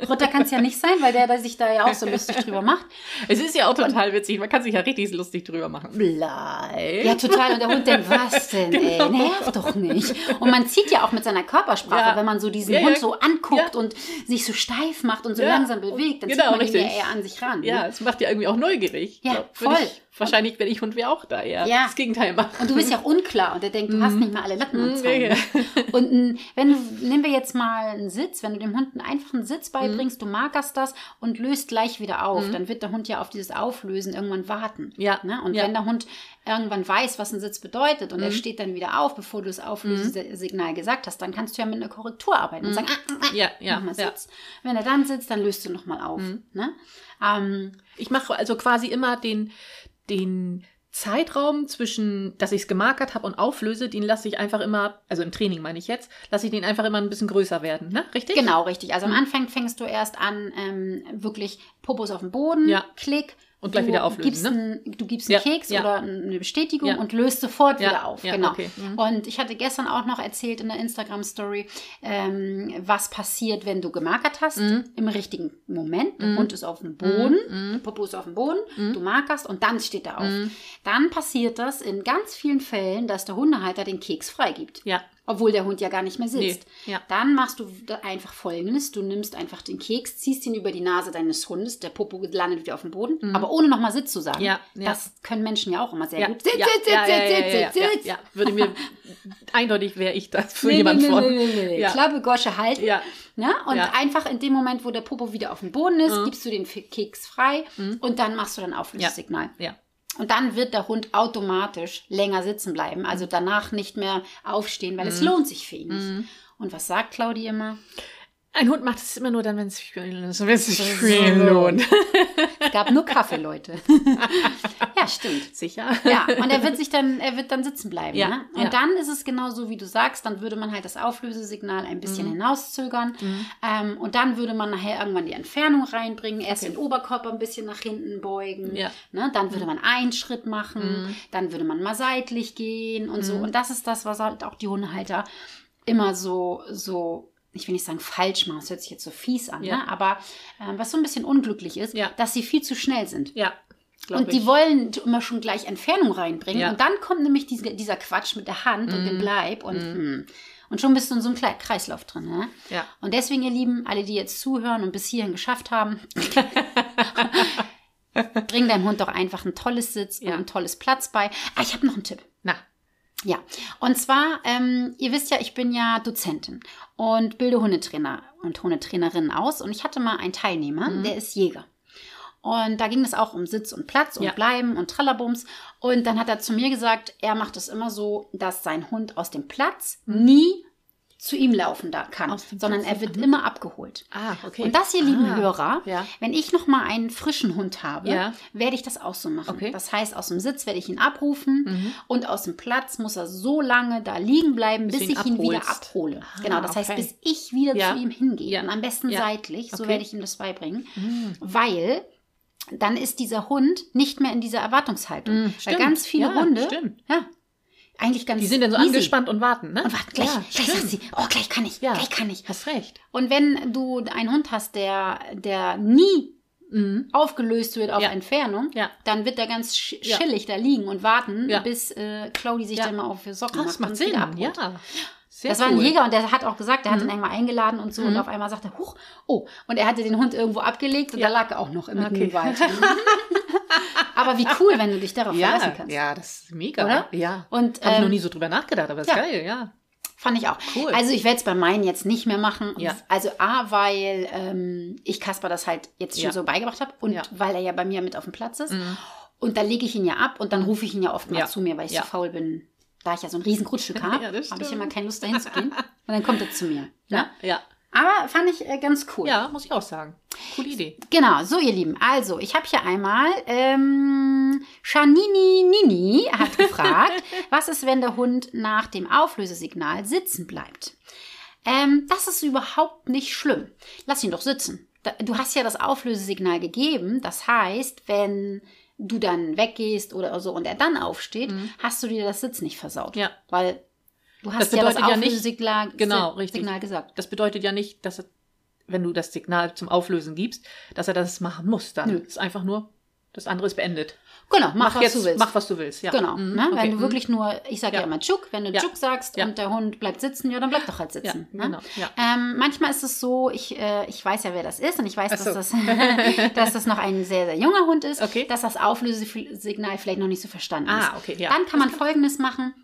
B: Rutter kann es ja nicht sein, weil der, der sich da ja auch so lustig drüber macht.
A: Es ist ja auch total witzig. Man kann sich ja richtig lustig drüber machen. Bleib.
B: Ja, total. Und der Hund denkt, was denn,
A: Genau.
B: ey? Nervt doch nicht. Und man zieht ja auch mit seiner Körpersprache,
A: Ja.
B: wenn man so diesen
A: Ja, ja.
B: Hund so anguckt
A: Ja.
B: und sich so steif macht und so
A: Ja.
B: langsam bewegt, dann
A: Genau,
B: zieht man ihn ja
A: richtig.
B: eher an sich ran.
A: Ja,
B: Ne?
A: es macht ja irgendwie auch neugierig.
B: Ja,
A: Glaub, würd
B: voll.
A: Ich, wahrscheinlich, wenn ich Hund wäre, auch da, ja.
B: Ja.
A: Das Gegenteil machen.
B: Und du bist ja auch unklar und der denkt, du hast nicht mal alle Latten am
A: Mhm,
B: Zaun. ne?
A: ja, ja.
B: Und ein, wenn du, nehmen wir jetzt mal einen Sitz, wenn du dem Hund einen einfachen Sitz
A: Mhm.
B: beibringst, du magerst das und löst gleich wieder auf, dann wird der Hund ja auf dieses Auflösen irgendwann warten.
A: Ja.
B: Ne? Und
A: Ja. Mhm.
B: wenn der Hund irgendwann weiß, was ein Sitz bedeutet und er steht dann wieder auf, bevor du das Auflösesignal gesagt hast, dann kannst du ja mit einer Korrektur arbeiten und sagen, ah, ah, ah,
A: Ja, Mhm. ja,
B: nochmal
A: ja. Mhm.
B: Sitz. Wenn er dann sitzt, dann löst du nochmal auf. Ne? Ähm,
A: Ich mache also quasi immer den, den Zeitraum zwischen, dass ich es gemarkert habe und auflöse, den lasse ich einfach immer, also im Training meine ich jetzt, lasse ich den einfach immer ein bisschen größer werden, ne? Richtig? Hm.
B: Genau, richtig. Also am Anfang fängst du erst an, ähm, wirklich Popos auf den Boden,
A: Ja.
B: Klick.
A: Und gleich
B: du
A: wieder auflösen, ne?
B: Gibst einen, du gibst einen
A: Ja,
B: Keks
A: ja.
B: oder eine Bestätigung
A: Ja.
B: und löst sofort
A: Ja,
B: wieder auf.
A: ja,
B: genau.
A: okay. Mhm.
B: Und ich hatte gestern auch noch erzählt in der Instagram-Story, ähm, was passiert, wenn du gemarkert hast,
A: Mhm.
B: im richtigen Moment. Der Hund ist auf dem Boden, der Popo ist auf dem Boden,
A: Mhm.
B: du markerst und dann steht er auf. Dann passiert das in ganz vielen Fällen, dass der Hundehalter den Keks freigibt.
A: Ja.
B: Obwohl der Hund ja gar nicht mehr sitzt.
A: Nee, ja.
B: Dann machst du da einfach folgendes: Du nimmst einfach den Keks, ziehst ihn über die Nase deines Hundes, der Popo landet wieder auf dem Boden, aber ohne nochmal Sitz zu sagen.
A: Mhm. Ja, ja.
B: Das können Menschen ja auch immer sehr
A: Ja,
B: gut. Sitz,
A: ja,
B: sitz, sitz,
A: ja, ja, ja,
B: sitz,
A: ja,
B: sitz,
A: ja,
B: sitz.
A: Ja, würde mir eindeutig wäre ich das für
B: Nee,
A: jemand
B: nee, nee,
A: von.
B: nee, nee, nee.
A: Ja.
B: Klappe, Gosche halten.
A: Ja.
B: Ne? Und
A: Ja. Mhm.
B: einfach in dem Moment, wo der Popo wieder auf dem Boden ist, gibst du den F- Keks frei und dann machst du dann Auflösesignal.
A: Ja.
B: Und dann wird der Hund automatisch länger sitzen bleiben,
A: Mhm.
B: also danach nicht mehr aufstehen, weil es lohnt sich für ihn nicht. Und was sagt Claudi immer?
A: Ein Hund macht es immer nur dann, wenn es sich für ihn lohnt. Wenn es sich für ihn lohnt.
B: Es gab nur Kaffee, Leute. ja, stimmt.
A: Sicher.
B: Ja, und er wird sich dann, er wird dann sitzen bleiben.
A: Ja,
B: ne? Und
A: ja.
B: dann ist es genauso, wie du sagst, dann würde man halt das Auflösesignal ein
A: Mhm.
B: bisschen hinauszögern. Ähm, und dann würde man nachher irgendwann die Entfernung reinbringen, erst den Oberkörper ein bisschen nach hinten beugen.
A: Ja. Mhm.
B: Ne? Dann würde man einen Schritt machen, dann würde man mal seitlich gehen und
A: Mhm.
B: so. Und das ist das, was halt auch die Hundehalter immer so, so. Ich will nicht sagen falsch machen, das hört sich jetzt so fies an,
A: Ja.
B: ne? aber ähm, was so ein bisschen unglücklich ist,
A: Ja.
B: dass sie viel zu schnell sind.
A: Ja, glaub
B: Und die
A: ich.
B: wollen t- immer schon gleich Entfernung reinbringen.
A: Ja. Mhm.
B: Und dann kommt nämlich diese, dieser Quatsch mit der Hand und dem Bleib und, hm. und schon bist du in so einem Kle- Kreislauf drin. Ne?
A: Ja.
B: Und deswegen, ihr Lieben, alle, die jetzt zuhören und bis hierhin geschafft haben, bring deinem Hund doch einfach ein tolles Sitz und
A: Ja.
B: ein tolles Platz bei. Ah, ich habe noch einen Tipp.
A: Na,
B: Ja, und zwar, ähm, ihr wisst ja, ich bin ja Dozentin und bilde Hundetrainer und Hundetrainerinnen aus. Und ich hatte mal einen Teilnehmer,
A: Mhm.
B: der ist Jäger. Und da ging es auch um Sitz und Platz und
A: Ja.
B: Bleiben und Trallabums. Und dann hat er zu mir gesagt, er macht es immer so, dass sein Hund aus dem Platz nie zu ihm laufen da kann,
A: Mhm. Aus dem
B: sondern
A: Platz,
B: er wird immer abgeholt.
A: ah, okay.
B: Und das, ihr lieben
A: Ah.
B: Hörer,
A: Ja.
B: wenn ich noch mal einen frischen Hund habe,
A: Ja.
B: werde ich das auch so machen.
A: Okay. Mhm.
B: Das heißt, aus dem Sitz werde ich ihn abrufen und aus dem Platz muss er so lange da liegen bleiben, bis,
A: du ihn
B: ich ihn wieder
A: abholst.
B: abhole.
A: Ah,
B: genau, das heißt,
A: okay.
B: bis ich wieder
A: Ja.
B: zu ihm hingehe
A: Ja.
B: und am besten
A: Ja.
B: seitlich, so
A: Okay.
B: werde ich ihm das beibringen,
A: Mhm.
B: weil dann ist dieser Hund nicht mehr in dieser Erwartungshaltung.
A: Mhm,
B: Weil
A: stimmt.
B: ganz viele
A: Ja,
B: Hunde,
A: stimmt.
B: ja, eigentlich ganz
A: Die sind dann so
B: easy.
A: angespannt und warten, ne?
B: Und warten, gleich,
A: Ja,
B: gleich sagt
A: stimmt.
B: sie, oh, gleich kann ich,
A: Ja.
B: gleich kann ich.
A: Hast recht.
B: Und wenn du einen Hund hast, der, der nie
A: Mhm.
B: aufgelöst wird auf
A: Ja.
B: Entfernung,
A: Ja.
B: dann wird er ganz sch
A: Ja.
B: chillig da liegen und warten,
A: Ja.
B: bis äh, Claudi sich
A: Ja.
B: dann mal auf die Socken
A: Das
B: Oh, macht
A: macht
B: und wieder
A: Sinn,
B: abholt.
A: ja. Sehr
B: das war ein
A: cool. Mhm.
B: Jäger und der hat auch gesagt, der hat ihn einmal eingeladen und so und auf einmal sagt er, huch, oh, und er hatte den Hund irgendwo abgelegt und da lag er auch noch im
A: Okay.
B: okay. Wald. aber wie cool, wenn du dich darauf verlassen
A: Ja,
B: kannst.
A: ja, das ist mega.
B: Oder?
A: Ja.
B: Und
A: Habe ich noch
B: ähm,
A: nie so drüber nachgedacht, aber das ist
B: ja.
A: geil, ja.
B: Fand ich auch.
A: Cool.
B: Also ich werde es bei meinen jetzt nicht mehr machen.
A: Ja.
B: Also A, weil ähm, ich Kasper das halt jetzt schon
A: Ja.
B: so beigebracht habe und
A: Ja.
B: weil er ja bei mir mit auf dem Platz
A: Mhm.
B: ist. Und dann lege ich ihn ja ab und dann rufe ich ihn ja oft mal
A: Ja.
B: zu mir, weil ich
A: Ja.
B: so faul bin. Da ich ja so ein riesen Grundstück habe,
A: Ja, das
B: habe ich
A: stimmt.
B: immer keine Lust dahin zu gehen. Und dann kommt er zu mir. Ne?
A: Ja.
B: Aber fand ich äh, ganz cool.
A: Ja, muss ich auch sagen. Coole Idee.
B: Genau, so ihr Lieben. Also, ich habe hier einmal ähm, Shanini Nini hat gefragt, was ist, wenn der Hund nach dem Auflösesignal sitzen bleibt? Ähm, das ist überhaupt nicht schlimm. Lass ihn doch sitzen. Da- Du hast ja das Auflösesignal gegeben. Das heißt, wenn du dann weggehst oder so und er dann aufsteht, hast du dir das Sitzen nicht versaut.
A: Mhm. Ja.
B: Weil du hast ja das
A: bedeutet ja nicht-
B: Auflösesignal
A: Genau,
B: Si-
A: richtig.
B: Signal gesagt.
A: Das bedeutet ja nicht, dass er, wenn du das Signal zum Auflösen gibst, dass er das machen muss. Dann
B: Nö.
A: ist einfach nur, das andere ist beendet.
B: Genau, mach, was
A: jetzt,
B: du willst.
A: Mach, was du willst, ja.
B: Genau,
A: Mhm,
B: ne?
A: okay,
B: wenn du
A: mhm.
B: wirklich nur, ich sage ja.
A: Ja.
B: immer Tschuk, wenn du
A: Ja.
B: Tschuk sagst
A: Ja.
B: und der Hund bleibt sitzen, ja, dann bleib doch halt
A: Ja,
B: sitzen. ne?
A: genau. Ja.
B: Ähm, manchmal ist es so, ich, äh, ich weiß ja, wer das ist und ich weiß,
A: Ach so.
B: dass, das, dass das noch ein sehr, sehr junger Hund ist,
A: Okay.
B: dass das Auflösesignal vielleicht noch nicht so verstanden ist.
A: Ah, okay, ja.
B: Dann kann man Folgendes machen.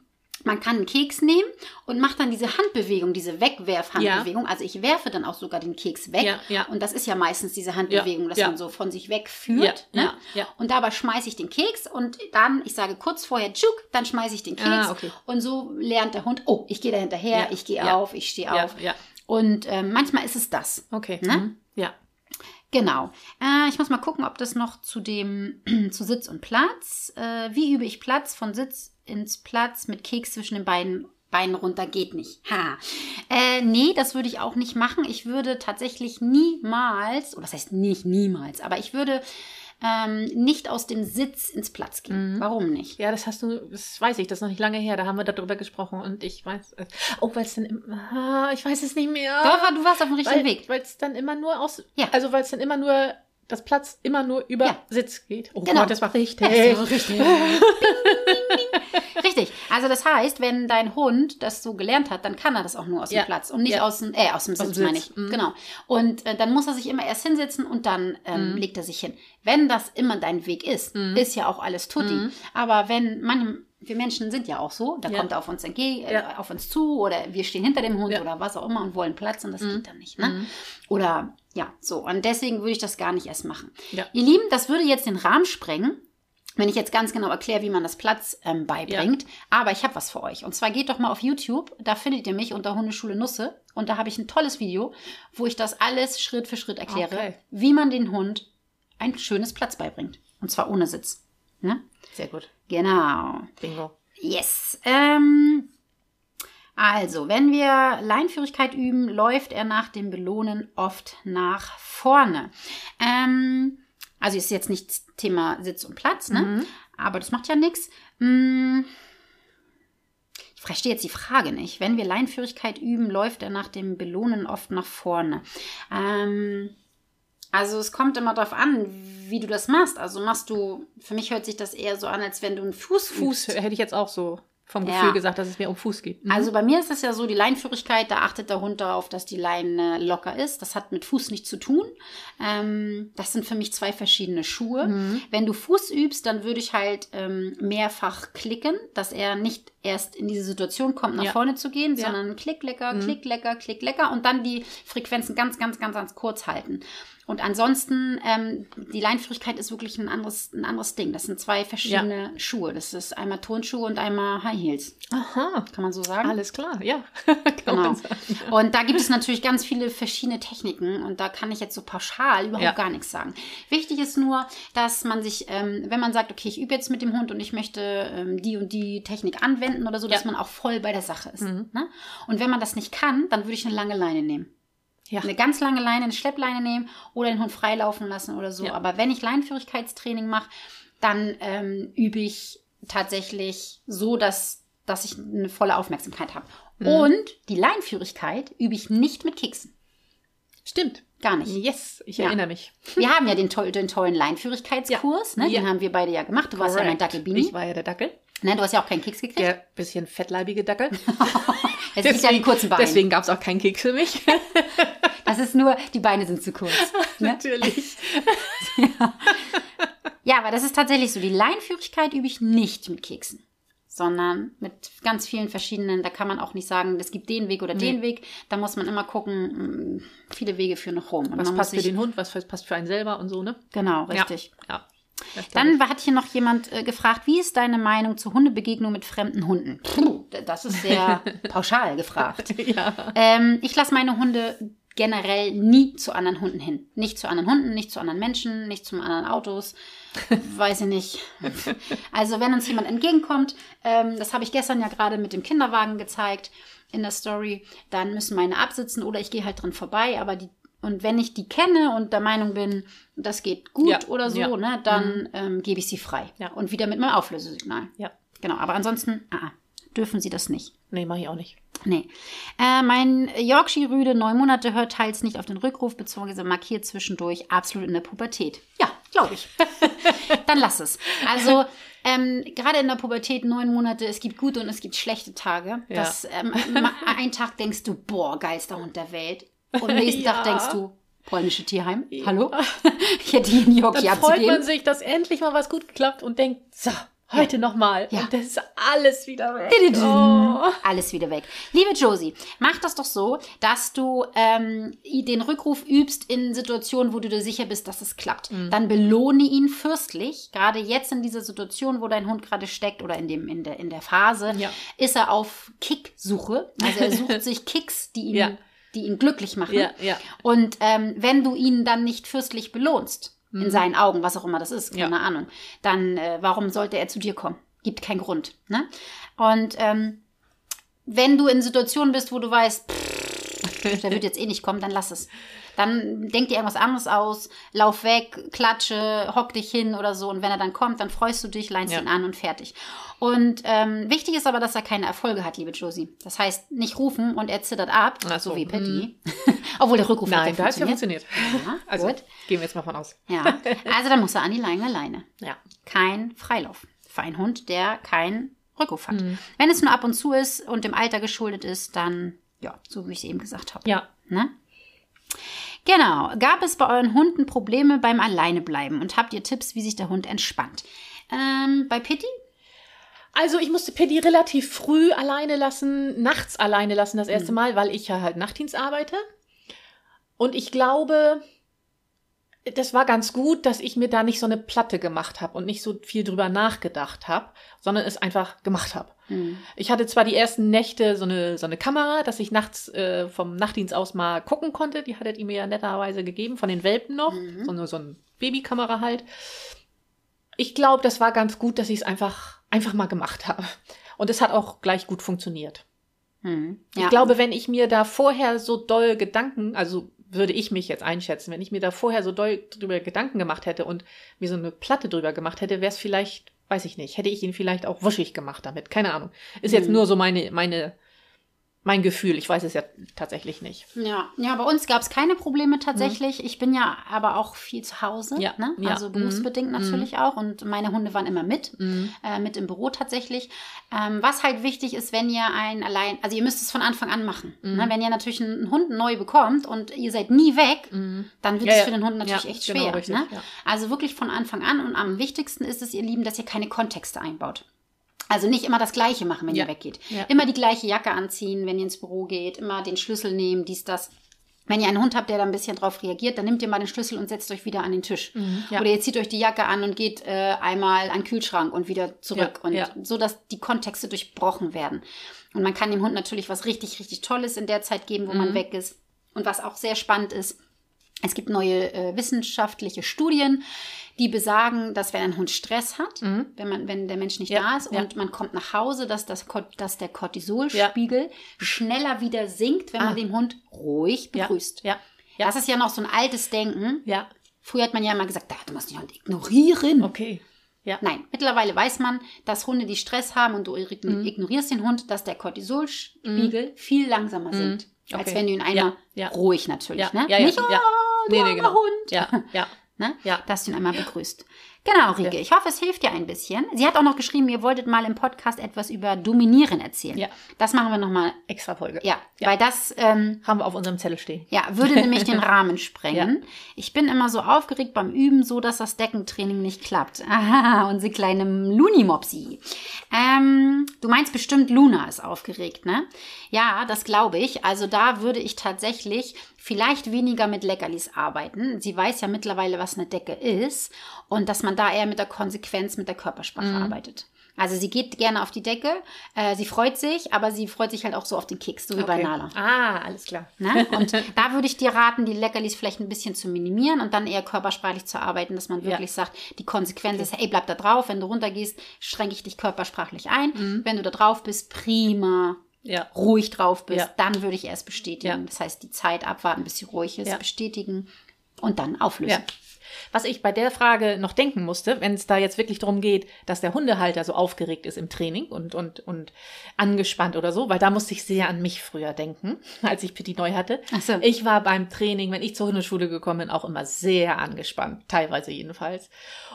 B: Man kann einen Keks nehmen und macht dann diese Handbewegung, diese Wegwerfhandbewegung. Also ich werfe dann auch sogar den Keks weg.
A: Ja, ja.
B: Und das ist ja meistens diese Handbewegung, dass
A: ja.
B: man so von sich wegführt.
A: Ja,
B: ne?
A: ja, ja.
B: Und dabei schmeiße ich den Keks und dann, ich sage kurz vorher Tschuk, dann schmeiße ich den Keks.
A: Ah, okay.
B: Und so lernt der Hund, oh, ich gehe da hinterher,
A: Ja,
B: ich gehe
A: ja.
B: auf, ich stehe
A: ja,
B: auf.
A: ja.
B: Und ähm, manchmal ist es das.
A: Okay.
B: Ne?
A: mhm. Ja.
B: Genau. Äh, ich muss mal gucken, ob das noch zu dem zu Sitz und Platz. Äh, wie übe ich Platz von Sitz ins Platz mit Keks zwischen den beiden Beinen runter geht nicht. Ha. Äh, nee, das würde ich auch nicht machen. Ich würde tatsächlich niemals, oder das heißt nicht niemals, aber ich würde ähm, nicht aus dem Sitz ins Platz gehen. Warum nicht?
A: Ja, das hast du, das weiß ich, das ist noch nicht lange her, da haben wir darüber gesprochen und ich weiß, äh, oh, weil es dann, im- ah, ich weiß es nicht mehr.
B: Doch, du warst auf dem richtigen
A: weil,
B: Weg.
A: Weil es dann immer nur aus,
B: Ja.
A: also weil es dann immer nur, das Platz immer nur über
B: Ja.
A: Sitz geht. Oh
B: Genau.
A: Gott, das war richtig.
B: Ja, das war richtig. Bing, bing, bing. Richtig. Also das heißt, wenn dein Hund das so gelernt hat, dann kann er das auch nur aus dem
A: Ja.
B: Platz und nicht
A: Ja.
B: aus, dem, äh, aus dem Sitz,
A: dem Sitz.
B: meine ich.
A: Mhm.
B: Genau. Und äh, dann muss er sich immer erst hinsetzen und dann
A: Mhm.
B: ähm, legt er sich hin. Wenn das immer dein Weg ist, ist ja auch alles tutti. Aber wenn man, wir Menschen sind ja auch so, da
A: Mhm. Ja.
B: kommt er auf uns entgegen, äh,
A: Ja.
B: auf uns zu oder wir stehen hinter dem Hund
A: Ja. Mhm.
B: oder was auch immer und wollen Platz und das geht dann nicht. Ne? Oder ja, so. Und deswegen würde ich das gar nicht erst machen.
A: Ja.
B: Ihr Lieben, das würde jetzt den Rahmen sprengen, wenn ich jetzt ganz genau erkläre, wie man das Platz ähm, beibringt. Aber ich habe was für euch. Und zwar geht doch mal auf YouTube, da findet ihr mich unter Hundeschule Nusse. Und da habe ich ein tolles Video, wo ich das alles Schritt für Schritt erkläre,
A: Okay.
B: wie man den Hund ein schönes Platz beibringt. Und zwar ohne Sitz. Ne?
A: Sehr gut.
B: Genau.
A: Bingo.
B: Yes. Ähm, also, wenn wir Leinführigkeit üben, läuft er nach dem Belohnen oft nach vorne. Ähm, also ist jetzt nicht Thema Sitz und Platz, ne? Aber das macht ja nichts. Mm, Ich verstehe jetzt die Frage nicht. Wenn wir Leinführigkeit üben, läuft er nach dem Belohnen oft nach vorne. Ähm, also es kommt immer darauf an, wie du das machst. Also machst du, für mich hört sich das eher so an, als wenn du einen Fuß
A: Fuß
B: übst.
A: hätte ich jetzt auch so vom
B: Ja.
A: Gefühl gesagt, dass es mir um Fuß geht. Mhm.
B: Also bei mir ist es ja so, die Leinführigkeit, da achtet der Hund darauf, dass die Leine locker ist. Das hat mit Fuß nichts zu tun. Ähm, das sind für mich zwei verschiedene Schuhe.
A: Mhm.
B: Wenn du Fuß übst, dann würde ich halt ähm, mehrfach klicken, dass er nicht erst in diese Situation kommt, nach
A: Ja.
B: vorne zu gehen,
A: Ja. Mhm.
B: sondern klick lecker, klick lecker, klick lecker und dann die Frequenzen ganz, ganz, ganz, ganz kurz halten. Und ansonsten, ähm, die Leinführigkeit ist wirklich ein anderes, ein anderes Ding. Das sind zwei verschiedene Schuhe. Das ist einmal Turnschuhe und einmal High Heels.
A: Aha.
B: Kann man so sagen?
A: Alles klar, ja. Kann
B: Genau.
A: man sagen.
B: Und da gibt es natürlich ganz viele verschiedene Techniken und da kann ich jetzt so pauschal überhaupt
A: Ja.
B: gar nichts sagen. Wichtig ist nur, dass man sich, ähm, wenn man sagt, okay, ich übe jetzt mit dem Hund und ich möchte ähm, die und die Technik anwenden oder so, dass
A: Ja. Mhm.
B: man auch voll bei der Sache ist. Ne? Und wenn man das nicht kann, dann würde ich eine lange Leine nehmen.
A: Ja.
B: Eine ganz lange Leine, eine Schleppleine nehmen oder den Hund freilaufen lassen oder so.
A: Ja.
B: Aber wenn ich Leinführigkeitstraining mache, dann ähm, übe ich tatsächlich so, dass, dass ich eine volle Aufmerksamkeit habe.
A: Mhm.
B: Und die Leinführigkeit übe ich nicht mit Keksen.
A: Stimmt.
B: Gar nicht.
A: Yes, ich
B: Ja.
A: erinnere mich.
B: Wir haben ja den, toll, den tollen Leinführigkeitskurs, ne?
A: Ja.
B: den haben wir beide ja gemacht. Du warst ja mein
A: Correct.
B: Dackelbini.
A: Ich war ja der Dackel.
B: Ne? Du hast ja auch keinen Keks gekriegt.
A: Der bisschen fettleibige Dackel.
B: Es liegt ja an den kurzen Beinen.
A: Deswegen gab es auch keinen Keks für mich.
B: Ne? Das ist nur, die Beine sind zu kurz. Ne?
A: Natürlich.
B: Ja, aber das ist tatsächlich so. Die Leinführigkeit übe ich nicht mit Keksen, sondern mit ganz vielen verschiedenen. Da kann man auch nicht sagen, es gibt den Weg oder den Weg. Da muss man immer gucken, mh, viele Wege führen nach Rom. Und
A: Was
B: man
A: passt für
B: muss sich-
A: den Hund, was passt für einen selber und so, ne?
B: Genau, richtig.
A: Ja. ja. Das glaub
B: Dann hat hier noch jemand äh, gefragt, wie ist deine Meinung zur Hundebegegnung mit fremden Hunden? Puh, das ist sehr pauschal gefragt.
A: ich. ja.
B: Ähm, ich lasse meine Hunde generell nie zu anderen Hunden hin. Nicht zu anderen Hunden, nicht zu anderen Menschen, nicht zu anderen Autos. Weiß ich nicht. Also wenn uns jemand entgegenkommt, ähm, das habe ich gestern ja gerade mit dem Kinderwagen gezeigt in der Story, dann müssen meine absitzen oder ich gehe halt dran vorbei, aber die und wenn ich die kenne und der Meinung bin, das geht gut
A: Ja,
B: oder so,
A: ja. Mhm.
B: ne, dann ähm, gebe ich sie frei.
A: Ja.
B: Und wieder mit meinem Auflösesignal.
A: Ja.
B: Genau, aber ansonsten ah, ah, dürfen sie das nicht.
A: Nee, mache ich auch nicht.
B: Nee. Äh, mein Yorkshire-Rüde, neun Monate, hört teils nicht auf den Rückruf, beziehungsweise markiert zwischendurch absolut in der Pubertät. Ja, glaube ich. Dann lass es. Also, ähm, gerade in der Pubertät, neun Monate, es gibt gute und es gibt schlechte Tage.
A: Ja.
B: Das, ähm, ma- einen Tag denkst du, boah, geilster Hund der Welt. Und am nächsten
A: Ja.
B: Tag denkst du, polnische Tierheim,
A: Ja.
B: hallo? ich hätte hier in Yorkie
A: Dann freut man
B: abzugeben.
A: sich, dass endlich mal was gut geklappt und denkt, so, heute nochmal.
B: Ja.
A: Und das ist alles wieder weg. Oh.
B: Alles wieder weg. Liebe Josie, mach das doch so, dass du ähm, i- den Rückruf übst in Situationen, wo du dir sicher bist, dass es klappt.
A: Mhm.
B: Dann belohne ihn fürstlich. Gerade jetzt in dieser Situation, wo dein Hund gerade steckt oder in, dem, in, der, in der Phase,
A: Ja.
B: ist er auf Kicksuche. Also er sucht sich Kicks, die ihn,
A: Ja.
B: die ihn glücklich machen.
A: Ja, ja.
B: Und ähm, wenn du ihn dann nicht fürstlich belohnst, in seinen Augen, was auch immer das ist, keine
A: Mhm. Ja.
B: Ahnung, dann äh, warum sollte er zu dir kommen? Gibt keinen Grund. Ne? Und ähm, wenn du in Situationen bist, wo du weißt, pff, der wird jetzt eh nicht kommen, dann lass es. Dann denk dir irgendwas anderes aus, lauf weg, klatsche, hock dich hin oder so. Und wenn er dann kommt, dann freust du dich, leinst
A: Ja.
B: ihn an und fertig. Und ähm, wichtig ist aber, dass er keine Erfolge hat, liebe Josie. Das heißt, nicht rufen und er zittert ab,
A: Ach so,
B: so.
A: Mhm.
B: wie Patty. Obwohl der Rückruf
A: Nein,
B: hat
A: da
B: ja
A: hat es ja
B: funktioniert.
A: funktioniert.
B: Ja,
A: Also,
B: gut.
A: gehen wir jetzt mal von aus.
B: Ja. Also dann muss er an die lange Leine.
A: Ja.
B: Kein Freilauf. Für einen Hund, der keinen Rückruf hat.
A: Mhm.
B: Wenn es nur ab und zu ist und dem Alter geschuldet ist, dann, ja, so wie ich es eben gesagt habe.
A: Ja.
B: Ne? Genau. Gab es bei euren Hunden Probleme beim Alleinebleiben und habt ihr Tipps, wie sich der Hund entspannt? Ähm, bei Pitti?
A: Also ich musste Paddy relativ früh alleine lassen, nachts alleine lassen das
B: Mhm.
A: erste Mal, weil ich ja halt Nachtdienst arbeite. Und ich glaube, das war ganz gut, dass ich mir da nicht so eine Platte gemacht habe und nicht so viel drüber nachgedacht habe, sondern es einfach gemacht habe.
B: Hm.
A: Ich hatte zwar die ersten Nächte so eine, so eine Kamera, dass ich nachts äh, vom Nachtdienst aus mal gucken konnte. Die hattet ihr mir ja netterweise gegeben, von den Welpen noch.
B: Mhm.
A: So, eine, so eine Babykamera halt. Ich glaube, das war ganz gut, dass ich es einfach, einfach mal gemacht habe. Und es hat auch gleich gut funktioniert.
B: Hm. Ja.
A: Ich glaube, wenn ich mir da vorher so doll Gedanken, also würde ich mich jetzt einschätzen, wenn ich mir da vorher so doll drüber Gedanken gemacht hätte und mir so eine Platte drüber gemacht hätte, wäre es vielleicht, weiß ich nicht, hätte ich ihn vielleicht auch wuschig gemacht damit. Keine Ahnung. Ist jetzt
B: Mhm.
A: nur so meine, meine, mein Gefühl. Ich weiß es ja tatsächlich nicht.
B: Ja, ja, bei uns gab es keine Probleme tatsächlich. Ich bin ja aber auch viel zu Hause,
A: Mhm. Ja,
B: ne?
A: ja.
B: also berufsbedingt
A: Mhm.
B: natürlich auch. Und meine Hunde waren immer mit, äh, mit im Büro tatsächlich. Ähm, was halt wichtig ist, wenn ihr ein allein, also ihr müsst es von Anfang an machen. Ne?
A: Mhm.
B: Wenn ihr natürlich einen Hund neu bekommt und ihr seid nie weg, dann wird
A: Ja,
B: es
A: ja.
B: für den Hund Mhm. natürlich
A: Ja,
B: echt
A: genau,
B: schwer.
A: richtig,
B: ne?
A: ja.
B: Also wirklich von Anfang an und am wichtigsten ist es, ihr Lieben, dass ihr keine Kontexte einbaut. Also nicht immer das Gleiche machen, wenn
A: Ja.
B: ihr weggeht.
A: Ja.
B: Immer die gleiche Jacke anziehen, wenn ihr ins Büro geht. Immer den Schlüssel nehmen, dies, das. Wenn ihr einen Hund habt, der da ein bisschen drauf reagiert, dann nehmt ihr mal den Schlüssel und setzt euch wieder an den Tisch.
A: Mhm. ja.
B: Oder ihr zieht euch die Jacke an und geht äh, einmal an den Kühlschrank und wieder zurück.
A: Ja,
B: und
A: ja.
B: so, dass die Kontexte durchbrochen werden. Und man kann dem Hund natürlich was richtig, richtig Tolles in der Zeit geben, wo
A: Mhm.
B: man weg ist. Und was auch sehr spannend ist, es gibt neue äh, wissenschaftliche Studien, die besagen, dass wenn ein Hund Stress hat, wenn, man, wenn der Mensch nicht
A: Mhm. Ja,
B: da ist
A: ja.
B: und man kommt nach Hause, dass, das, Cor- dass der Cortisolspiegel schneller wieder sinkt, wenn
A: Ah.
B: man den Hund ruhig
A: Ja.
B: begrüßt.
A: Ja. Ja.
B: Das ist ja noch so ein altes Denken.
A: ja. Oh.
B: Früher hat man ja immer gesagt, "Ah, du musst den Hund ignorieren.
A: Okay. Ja.
B: Nein, mittlerweile weiß man, dass Hunde, die Stress haben und du ign-
A: Mhm.
B: ignorierst den Hund, dass der Cortisolspiegel viel langsamer sinkt. Als
A: Mhm. Okay.
B: wenn du ihn einmal
A: Ja, ja.
B: ruhig natürlich,
A: Ja,
B: ne?
A: ja, ja,
B: Nicht,
A: ja.
B: "Ah, du
A: Nee, nee,
B: armer
A: genau.
B: Hund.
A: Ja. Ja.
B: Ne?
A: Ja.
B: Dass du ihn einmal begrüßt. Genau, Rike, ich hoffe, es hilft dir ein bisschen. Sie hat auch noch geschrieben, ihr wolltet mal im Podcast etwas über Dominieren erzählen.
A: Ja.
B: Das machen wir nochmal.
A: Extra Folge.
B: Ja,
A: Ja.
B: weil das... Ähm,
A: Haben wir auf unserem Zettel stehen.
B: ja, würde nämlich den Rahmen sprengen. Ich bin immer so aufgeregt beim Üben, so dass das Deckentraining nicht klappt. Aha, unsere kleine Luni-Mopsi. Ähm, du meinst bestimmt, Luna ist aufgeregt, ne? Ja, das glaube ich. Also da würde ich tatsächlich vielleicht weniger mit Leckerlis arbeiten. Sie weiß ja mittlerweile, was eine Decke ist und dass man da eher mit der Konsequenz, mit der Körpersprache arbeitet. Also sie geht gerne auf die Decke, äh, sie freut sich, aber sie freut sich halt auch so auf den Keks, so wie bei Nala.
A: Ah, alles klar.
B: Ne? Und da würde ich dir raten, die Leckerlis vielleicht ein bisschen zu minimieren und dann eher körpersprachlich zu arbeiten, dass man wirklich sagt, die Konsequenz ist, hey, bleib da drauf, wenn du runtergehst, schränke ich dich körpersprachlich ein.
A: Mhm.
B: Wenn du da drauf bist, prima,
A: Ja.
B: ruhig drauf bist,
A: Ja.
B: dann würde ich erst bestätigen.
A: Ja.
B: Das heißt, die Zeit abwarten, bis sie ruhig ist,
A: Ja.
B: bestätigen und dann auflösen.
A: Ja. Was ich bei der Frage noch denken musste, wenn es da jetzt wirklich darum geht, dass der Hundehalter so aufgeregt ist im Training und, und, und angespannt oder so, weil da musste ich sehr an mich früher denken, als ich Petit neu hatte.
B: Ach so.
A: Ich war beim Training, wenn ich zur Hundeschule gekommen bin, auch immer sehr angespannt, teilweise jedenfalls.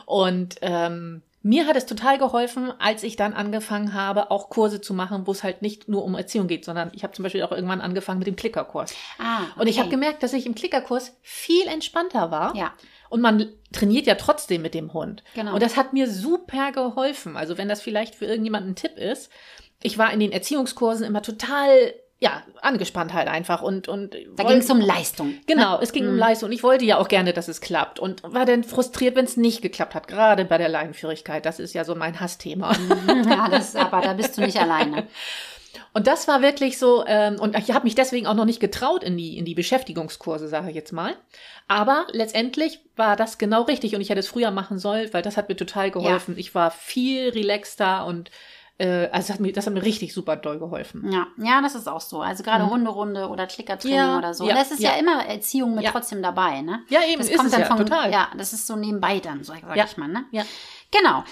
A: Und ähm, mir hat es total geholfen, als ich dann angefangen habe, auch Kurse zu machen, wo es halt nicht nur um Erziehung geht, sondern ich habe zum Beispiel auch irgendwann angefangen mit dem Klickerkurs.
B: Ah,
A: Und ich
B: okay.
A: habe gemerkt, dass ich im Klickerkurs viel entspannter war.
B: Ja.
A: Und man trainiert ja trotzdem mit dem Hund.
B: Genau.
A: Und das hat mir super geholfen. Also wenn das vielleicht für irgendjemanden ein Tipp ist, ich war in den Erziehungskursen immer total ja angespannt halt einfach und und
B: Da ging es um Mhm. Leistung.
A: Genau, es ging um Leistung und ich wollte ja auch gerne, dass es klappt und war dann frustriert, wenn es nicht geklappt hat, gerade bei der Leinführigkeit. Das ist ja so mein Hassthema.
B: Mhm. ja, das, aber da bist du nicht alleine.
A: Und das war wirklich so, ähm, und ich habe mich deswegen auch noch nicht getraut in die, in die Beschäftigungskurse, sage ich jetzt mal. Aber letztendlich war das genau richtig und ich hätte es früher machen sollen, weil das hat mir total geholfen. Ich war viel relaxter und äh, also das hat, mir, das hat mir richtig super doll geholfen.
B: Ja, ja, das ist auch so. Also gerade
A: Mhm.
B: Hunderunde oder Klickertraining
A: Ja,
B: oder so.
A: ja,
B: das ist ja,
A: ja.
B: immer Erziehung mit
A: Ja.
B: trotzdem dabei, ne?
A: Ja, eben,
B: das
A: ist
B: kommt
A: es
B: dann
A: ja,
B: von,
A: total.
B: Ja, das ist so nebenbei dann, sag, sag
A: Ja.
B: ich mal, ne?
A: Ja.
B: Genau.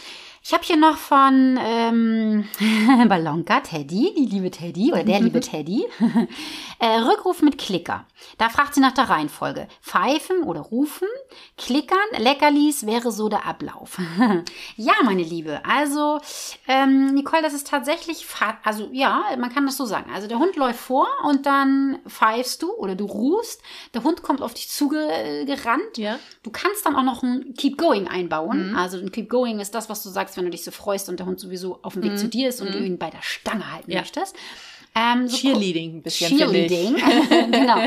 B: Ich habe hier noch von ähm, Ballonka Teddy, die liebe Teddy oder der liebe Teddy, äh, Rückruf mit Klicker. Da fragt sie nach der Reihenfolge. Pfeifen oder rufen, klickern, Leckerlis wäre so der Ablauf. ja, meine Liebe, also ähm, Nicole, das ist tatsächlich, fa- also ja, man kann das so sagen. Also der Hund läuft vor und dann pfeifst du oder du rufst, der Hund kommt auf dich zugerannt.
A: Ja.
B: Du kannst dann auch noch ein Keep Going einbauen.
A: Mhm.
B: Also ein Keep Going ist das, was du sagst, wenn du dich so freust und der Hund sowieso auf dem Weg zu dir ist und du ihn bei der Stange halten
A: Mhm. Ja.
B: möchtest. Ähm, so
A: Cheerleading ein bisschen, finde ich.
B: Cheerleading. genau.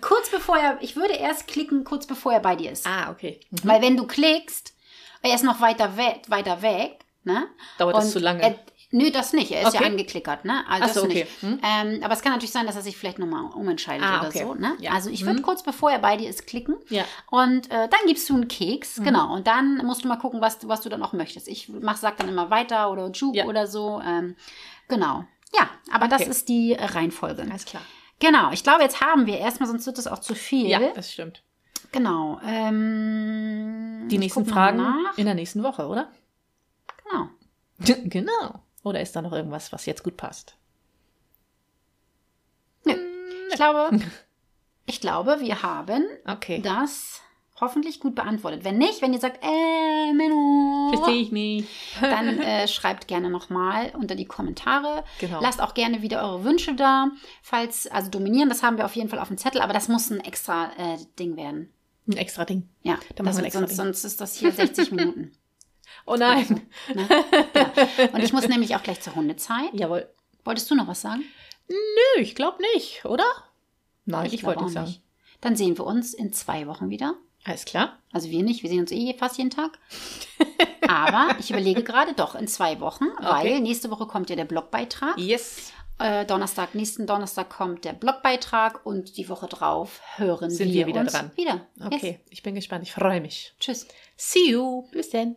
B: Kurz bevor er, ich würde erst klicken, kurz bevor er bei dir ist.
A: Ah, okay. Mhm.
B: Weil wenn du klickst, er ist noch weiter weg, weiter weg, ne?
A: Dauert das zu lange?
B: Er, nö, das nicht. Er ist ja
A: Okay.
B: angeklickert, ne? Also
A: Ach
B: das
A: so, okay. Mhm.
B: nicht. Ähm, aber es kann natürlich sein, dass er sich vielleicht nochmal umentscheidet
A: Ah,
B: oder
A: okay.
B: so, ne?
A: Ja. Mhm.
B: Also ich würde kurz bevor er bei dir ist klicken.
A: Ja.
B: Und äh, dann gibst du einen Keks,
A: Mhm.
B: genau. Und dann musst du mal gucken, was, du- was du dann auch möchtest. Ich mach, sag dann immer weiter oder Juke
A: Ja.
B: oder so. Ähm, genau. Ja, aber das
A: Okay. Also
B: ist die äh, Reihenfolge.
A: Alles klar.
B: Genau, ich glaube, jetzt haben wir erstmal, sonst wird das auch zu viel.
A: Ja, das stimmt.
B: Genau. Ähm,
A: Die
B: ich
A: nächsten
B: guck mal
A: Fragen
B: Nach.
A: in der nächsten Woche, oder?
B: Genau.
A: genau. Oder ist da noch irgendwas, was jetzt gut passt?
B: Ich glaube, ich glaube, wir haben
A: Okay.
B: das hoffentlich gut beantwortet. Wenn nicht, wenn ihr sagt, äh, Menno,
A: Verstehe ich nicht.
B: dann äh, schreibt gerne nochmal unter die Kommentare.
A: Genau.
B: Lasst auch gerne wieder eure Wünsche da. Falls, also dominieren, das haben wir auf jeden Fall auf dem Zettel, aber das muss ein extra äh, Ding werden.
A: Ein extra Ding.
B: Ja,
A: Dann machen wir ein
B: das,
A: extra
B: sonst,
A: Ding.
B: sonst ist das hier 60 Minuten.
A: Oh nein.
B: Ne? Ja. Und ich muss nämlich auch gleich zur Hundezeit.
A: Jawohl.
B: Wolltest du noch was sagen?
A: Nö, ich glaube nicht, oder? Nein, ich,
B: glaub
A: wollte nicht
B: auch
A: sagen.
B: Dann sehen wir uns in zwei Wochen wieder.
A: Alles klar.
B: Also wir nicht, wir sehen uns eh fast jeden Tag. Aber ich überlege gerade doch in zwei Wochen, weil nächste Woche kommt ja der Blogbeitrag.
A: Yes.
B: Äh, Donnerstag, nächsten Donnerstag kommt der Blogbeitrag und die Woche drauf hören
A: Sind
B: wir,
A: wir wieder
B: uns
A: dran.
B: wieder.
A: Okay, ich bin gespannt. Ich freue mich.
B: Yes. Tschüss.
A: See you. Bis dann.